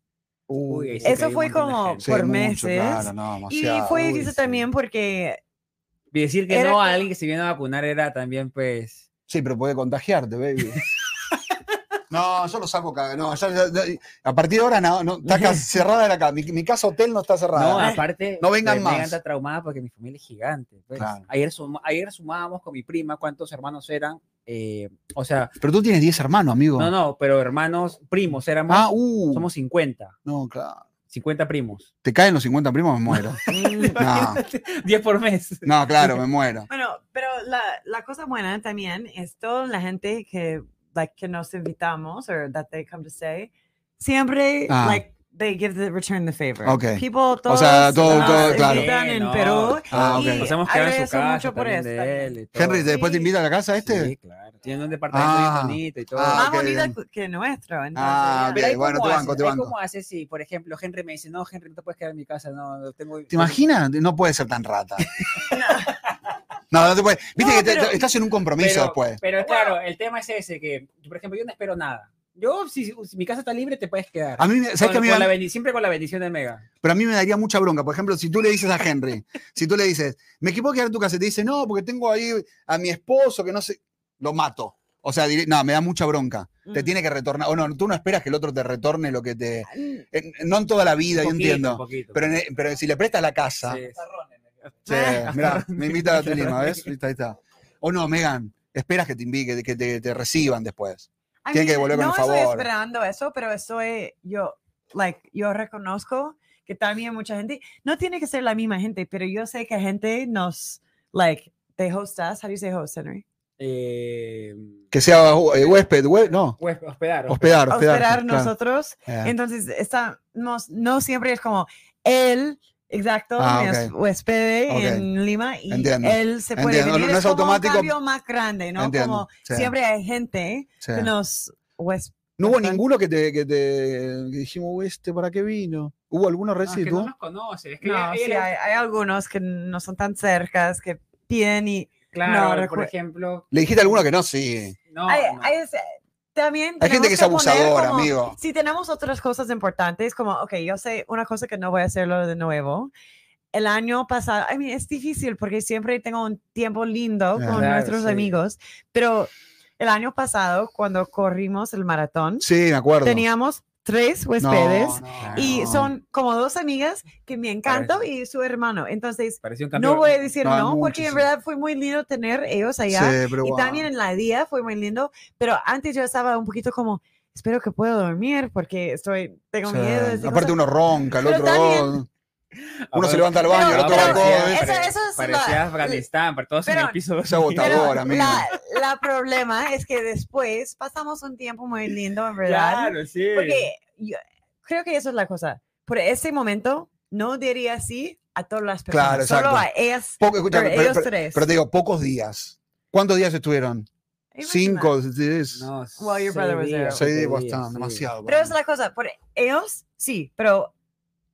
Uy, Uy, ahí Eso cayó fue un montón de como gente. sí, por mucho, meses. Claro, no, y demasiado. fue Uy, difícil sí. también porque Y decir que Era no a como- alguien que se vino a vacunar era también, pues. Sí, pero puede contagiarte, baby. No, yo lo saco acá. No, ya- ya- ya- a partir de ahora no, no, está ca- cerrada la casa. Mi, mi casa hotel no está No, Ah. cerrada. aparte. No vengan pues, más. Megan está traumada porque mi familia es gigante. pues. Claro. Ayer, suma- ayer sumábamos con mi prima cuántos hermanos eran. eh, o sea, pero tú tienes 10 hermanos, amigo. no, no, pero hermanos, primos, éramos. ah, uh. Somos 50. No, claro. 50 primos. Te caen los 50 primos, me muero. no, 10 por mes. no, claro, me muero. Bueno, pero la, la cosa buena también es toda la gente que, like, que nos invitamos or that they come to stay, siempre, Ah. like, they give the return the favor. Ok. People, O todos sea, todo- nos todo, claro. invitan Sí, en no. Perú. Ah, ok. y Nos hemos quedado en su agradezco casa. mucho por también eso. de también. él y todo. Henry, ¿te- ¿después te Sí. invita a la casa este? Sí, claro. Tiene un departamento Ah. bien bonito y todo. Ah, Más qué bonita bien. que- que nuestro. Entonces, Ah, ya. bien. ahí bueno, cómo te banco, haces, te ahí banco. ¿Cómo haces si, por ejemplo, Henry me dice, no, Henry, no te puedes quedar en mi casa, no, no tengo... ¿Te imaginas? No puede ser tan rata. No, no te puede. Viste No, que te- pero- te- estás en un compromiso Pero, después. pero claro, el tema es ese, que, por ejemplo, yo no espero nada. Yo, si, si mi casa está libre, te puedes quedar. A mí, me- Ah, ¿sabes Con- que a mí con me- la bendi- siempre con la bendición de Mega. Pero a mí me daría mucha bronca. Por ejemplo, si tú le dices a Henry, si tú le dices, me equivoco quedar en tu casa, y te dice, no, porque tengo ahí a mi esposo que no sé, lo mato. O sea, diré, no, me da mucha bronca. Te Mm. tiene que retornar. O no, tú no esperas que el otro te retorne lo que te. Mm. en- no en toda la vida, Un yo poquito, un entiendo. poquito. Pero, ah. en- e, pero si le prestas la casa. Sí, Ah. Sí, mirá, me invita a tu lima, ¿ves? Ahí está, ahí está. O no, Megan, esperas que te invique, que te, te reciban después. I Tienen que mean, devolver con no el estoy favor. esperando eso, pero estoy, yo, like, yo reconozco que también mucha gente, no tiene que ser la misma gente, pero yo sé que gente nos, like, they host us. How do you say host, Henry? Eh, Que sea eh, huésped, hue- no, hues- hospedar. hospedar, hospedar. Hospedar claro. nosotros. Eh, Entonces, estamos, no siempre es como él, exacto, Ah, me ok. hos- hospedé Ok. en Lima y Entiendo. él se puede Entiendo, no- venir. no es como automático. un cambio más grande, ¿no? entiendo, Como sí, siempre hay gente sí. que nos hues- No hubo Ajá. ninguno que te, que te que dijimos, "Uy, este, ¿para qué vino? ¿Hubo alguno No, es recién Ah, que no tú? nos conoce. Es que No, ella- ella sí, le- hay, hay algunos que no son tan cercas, que piden y... Claro, No, por recu- ejemplo... ¿Le dijiste a alguno que no? Sí. No, hay, no. hay ese- también Hay gente tenemos que es poner abusadora, como- amigo. Si tenemos otras cosas importantes, como, ok, yo sé una cosa que no voy a hacerlo de nuevo. El año pasado, I mean, es difícil porque siempre tengo un tiempo lindo Ah. con Claro, nuestros sí. amigos, pero el año pasado, cuando corrimos el maratón, Sí, me acuerdo. teníamos tres No, huéspedes no, y no. son como dos amigas que me encantan y su hermano. Entonces, Pareció un no voy a decir No, hay no, porque en muchísimo. verdad fue muy lindo tener ellos allá. Sí, pero Y guau. también en la día fue muy lindo, pero antes yo estaba un poquito como, espero que pueda dormir porque estoy, tengo Sí. miedo. de esta Aparte cosa". uno ronca, el Pero otro... también- Ah, Uno se levanta al baño, Pero- el otro pero- va todo, ¿eh? eso- eso es Parecía la- Afganistán, pero todos en pero- el piso. Se agotador, pero ahora mismo. la, la problema es que después pasamos un tiempo muy lindo, en verdad. Claro, sí. Porque yo creo que eso es la cosa. Por ese momento no diría sí a todas las personas, Claro, solo exacto. a ellas, Poco- escúchame, pero pero- ellos pero- tres. pero te digo, pocos días. ¿Cuántos días estuvieron? Imagina. Cinco, diez. No, Well, your seis brother was there. días, Seis siete días, días, bastante, sí. demasiado. Pero para es la cosa, por ellos sí, pero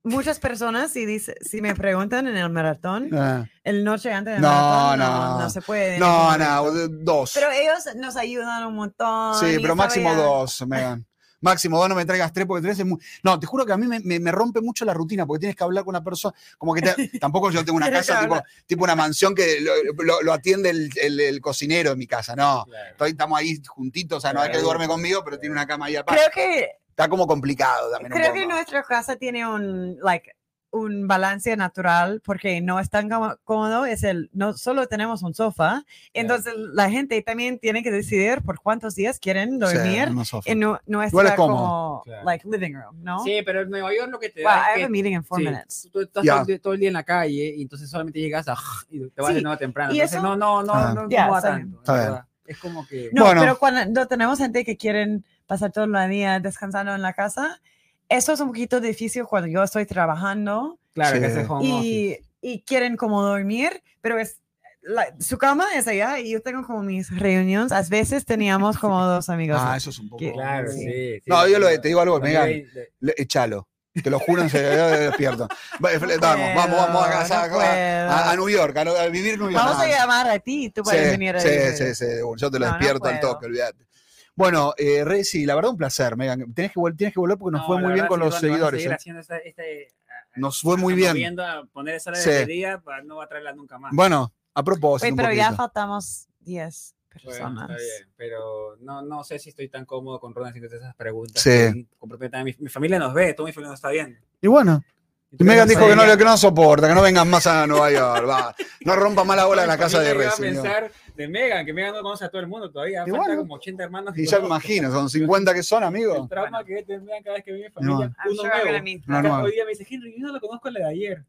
muchas personas si dice, si me preguntan en el maratón, mí. Ah. el noche antes del No, maratón, no, no. no se puede. en No, ese momento. no, de- dos. Pero ellos nos ayudan un montón. sí, y pero estaba máximo ya- dos, Megan. Máximo dos, no me traigas tres porque tres es muy... No, te juro que a mí me, me- me rompe mucho la rutina porque tienes que hablar con una persona, como que te- tampoco yo tengo una Tienes que casa tipo, hablar. tipo una mansión que lo, lo- lo atiende el, el- el cocinero en mi casa, no. Claro. Estoy- estamos ahí juntitos, o sea, no hay que duerme conmigo, pero tiene una cama ahí aparte. Creo que Está como complicado también. un creo que poco. nuestra casa tiene un like un balance natural porque no es tan cómo- cómodo, es el no solo tenemos un sofá, entonces la gente también tiene que decidir por cuántos días quieren Sí, dormir no sofá. en nu- Igual es nuestra cómodo. como Claro. like living room, ¿no? Sí, pero en Nueva York lo que te Wow, da I es have a que meeting in four sí, minutes. tú- tú estás Ya. todo, el día- todo el día en la calle y entonces solamente llegas a y te vas Sí, de nuevo temprano. y Entonces, eso- no, no, no, Ah. no no Ya, va está tanto. Está la bien. verdad. Es como que No, Bueno. pero cuando tenemos gente que quieren pasar todo el día descansando en la casa, eso es un poquito difícil cuando yo estoy trabajando Claro, Oh, Sí. que hace home office. y, y quieren como dormir, pero es la- su cama es allá y yo tengo como mis reuniones. A veces teníamos como dos amigos. Ah, eso es un poco... que- Claro, Sí. sí. sí, No, sí, yo lo- sí. te digo algo, Lo Megan. miré y de- Le- Echalo. Te lo juro, en serio, yo despierto. Va, Vamos, vamos, vamos a puedo, casa, no puedo. a, a New York, a, a vivir en New York. Ah. Vamos a No, llamar a ti, tú puedes Sí, venir a sí, vivir. sí, sí, de una. yo te lo No, no despierto al puedo. toque, olvídate. Bueno, eh, Reci, la verdad un placer, Megan. Tienes que, vol- tenés que volver porque nos No, fue la muy bien verdad, con sí, los van- van a seguidores. seguir eh. haciendo esta- este- Nos fue muy bien. estamos viendo a poner esa hora de Sí. despedida para no atraerla nunca más. Bueno, a propósito. Oye, un pero ya poquito. faltamos 10 Bueno, personas. Pues, está bien, pero no, no sé si estoy tan cómodo con Ron haciendo esas preguntas. Sí. que comprometan a Mi, mi familia nos ve, toda mi familia nos está viendo. Y bueno, y Entonces, Megan no dijo que no, sé, que no soporta, que no vengas más a Nueva York. va. No rompa más la bola en la Mi casa de familia iba Reci. a ¿no? pensar de Megan, que Megan no conoce a todo el mundo todavía. Y Falta bueno. como 80 hermanos. que Y ya me conozco. imagino, son 50 que son, amigo. El trauma que tendrían cada vez que viene mi familia. I'm Uno sure I'm gonna nuevo. meet No, them. no. Hoy día me dice, Henry, yo no lo conozco a la de ayer.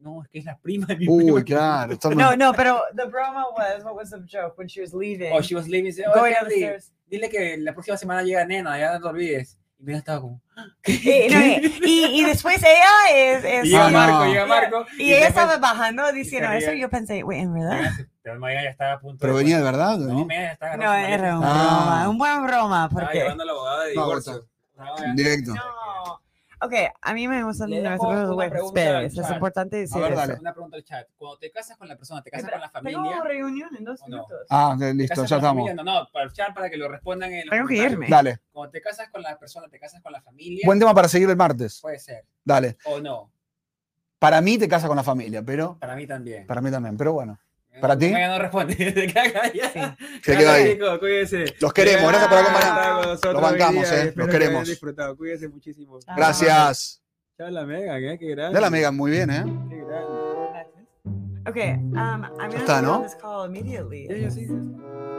No, es que es la prima de mi Uy, prima. claro. estamos- No, no, pero the broma was, what was the joke when she was leaving? Oh, she was leaving. dice, "Oh, going Henry, upstairs. dile que la próxima semana llega nena, ya no te olvides. Y Megan estaba como. Y, no, y- y- y después ella es... es- Y llega Ah, no. Marco, llega Marco. Y, ella después- estaba bajando diciendo salía- eso y yo pensé, güey, ¿en verdad? Pero Megan ya estaba a punto Pero de- venía de verdad. No, ¿no? Megan ya estaba No, agarrando su era un maleta, Ah. broma, un buen broma, Estaba porque... llevando al abogado de No, divorcio. No, ya. Directo. No. Ok, a mí me gustan Le los dejo una pregunta al huéspedes, es chat. importante decir A ver, eso. dale. Una pregunta al chat. Cuando te casas con la persona, ¿te casas Espera, con la Tengo familia? reunión en dos ¿O no? minutos. Ah, ok, ¿Te listo, casas ya con la estamos. familia? No, no, para el chat, para que lo respondan en los Tengo que comentarios. irme. Dale. Cuando te casas con la persona, ¿te casas con la familia? Buen tema para seguir el martes. Puede ser. Dale. O no. Para mí te casas con la familia, pero. Para mí también. Para mí también, pero bueno. ¿para ti? Megan no responde. Se queda callada. Se quedó ahí. Chicos, cuídense. Los queremos, Megan, gracias por acompañarnos. está con nosotros Los bancamos, hoy Ah, día y eh, los espero que queremos. hayan disfrutado. Cuídense muchísimo. Chao. Gracias. Chao, la Megan, eh, qué grande. Ya la Megan, muy bien, ¿eh? Qué grande. Ok, um, I'm gonna está, end ¿no? this call immediately. Ya, ya, sí, sí.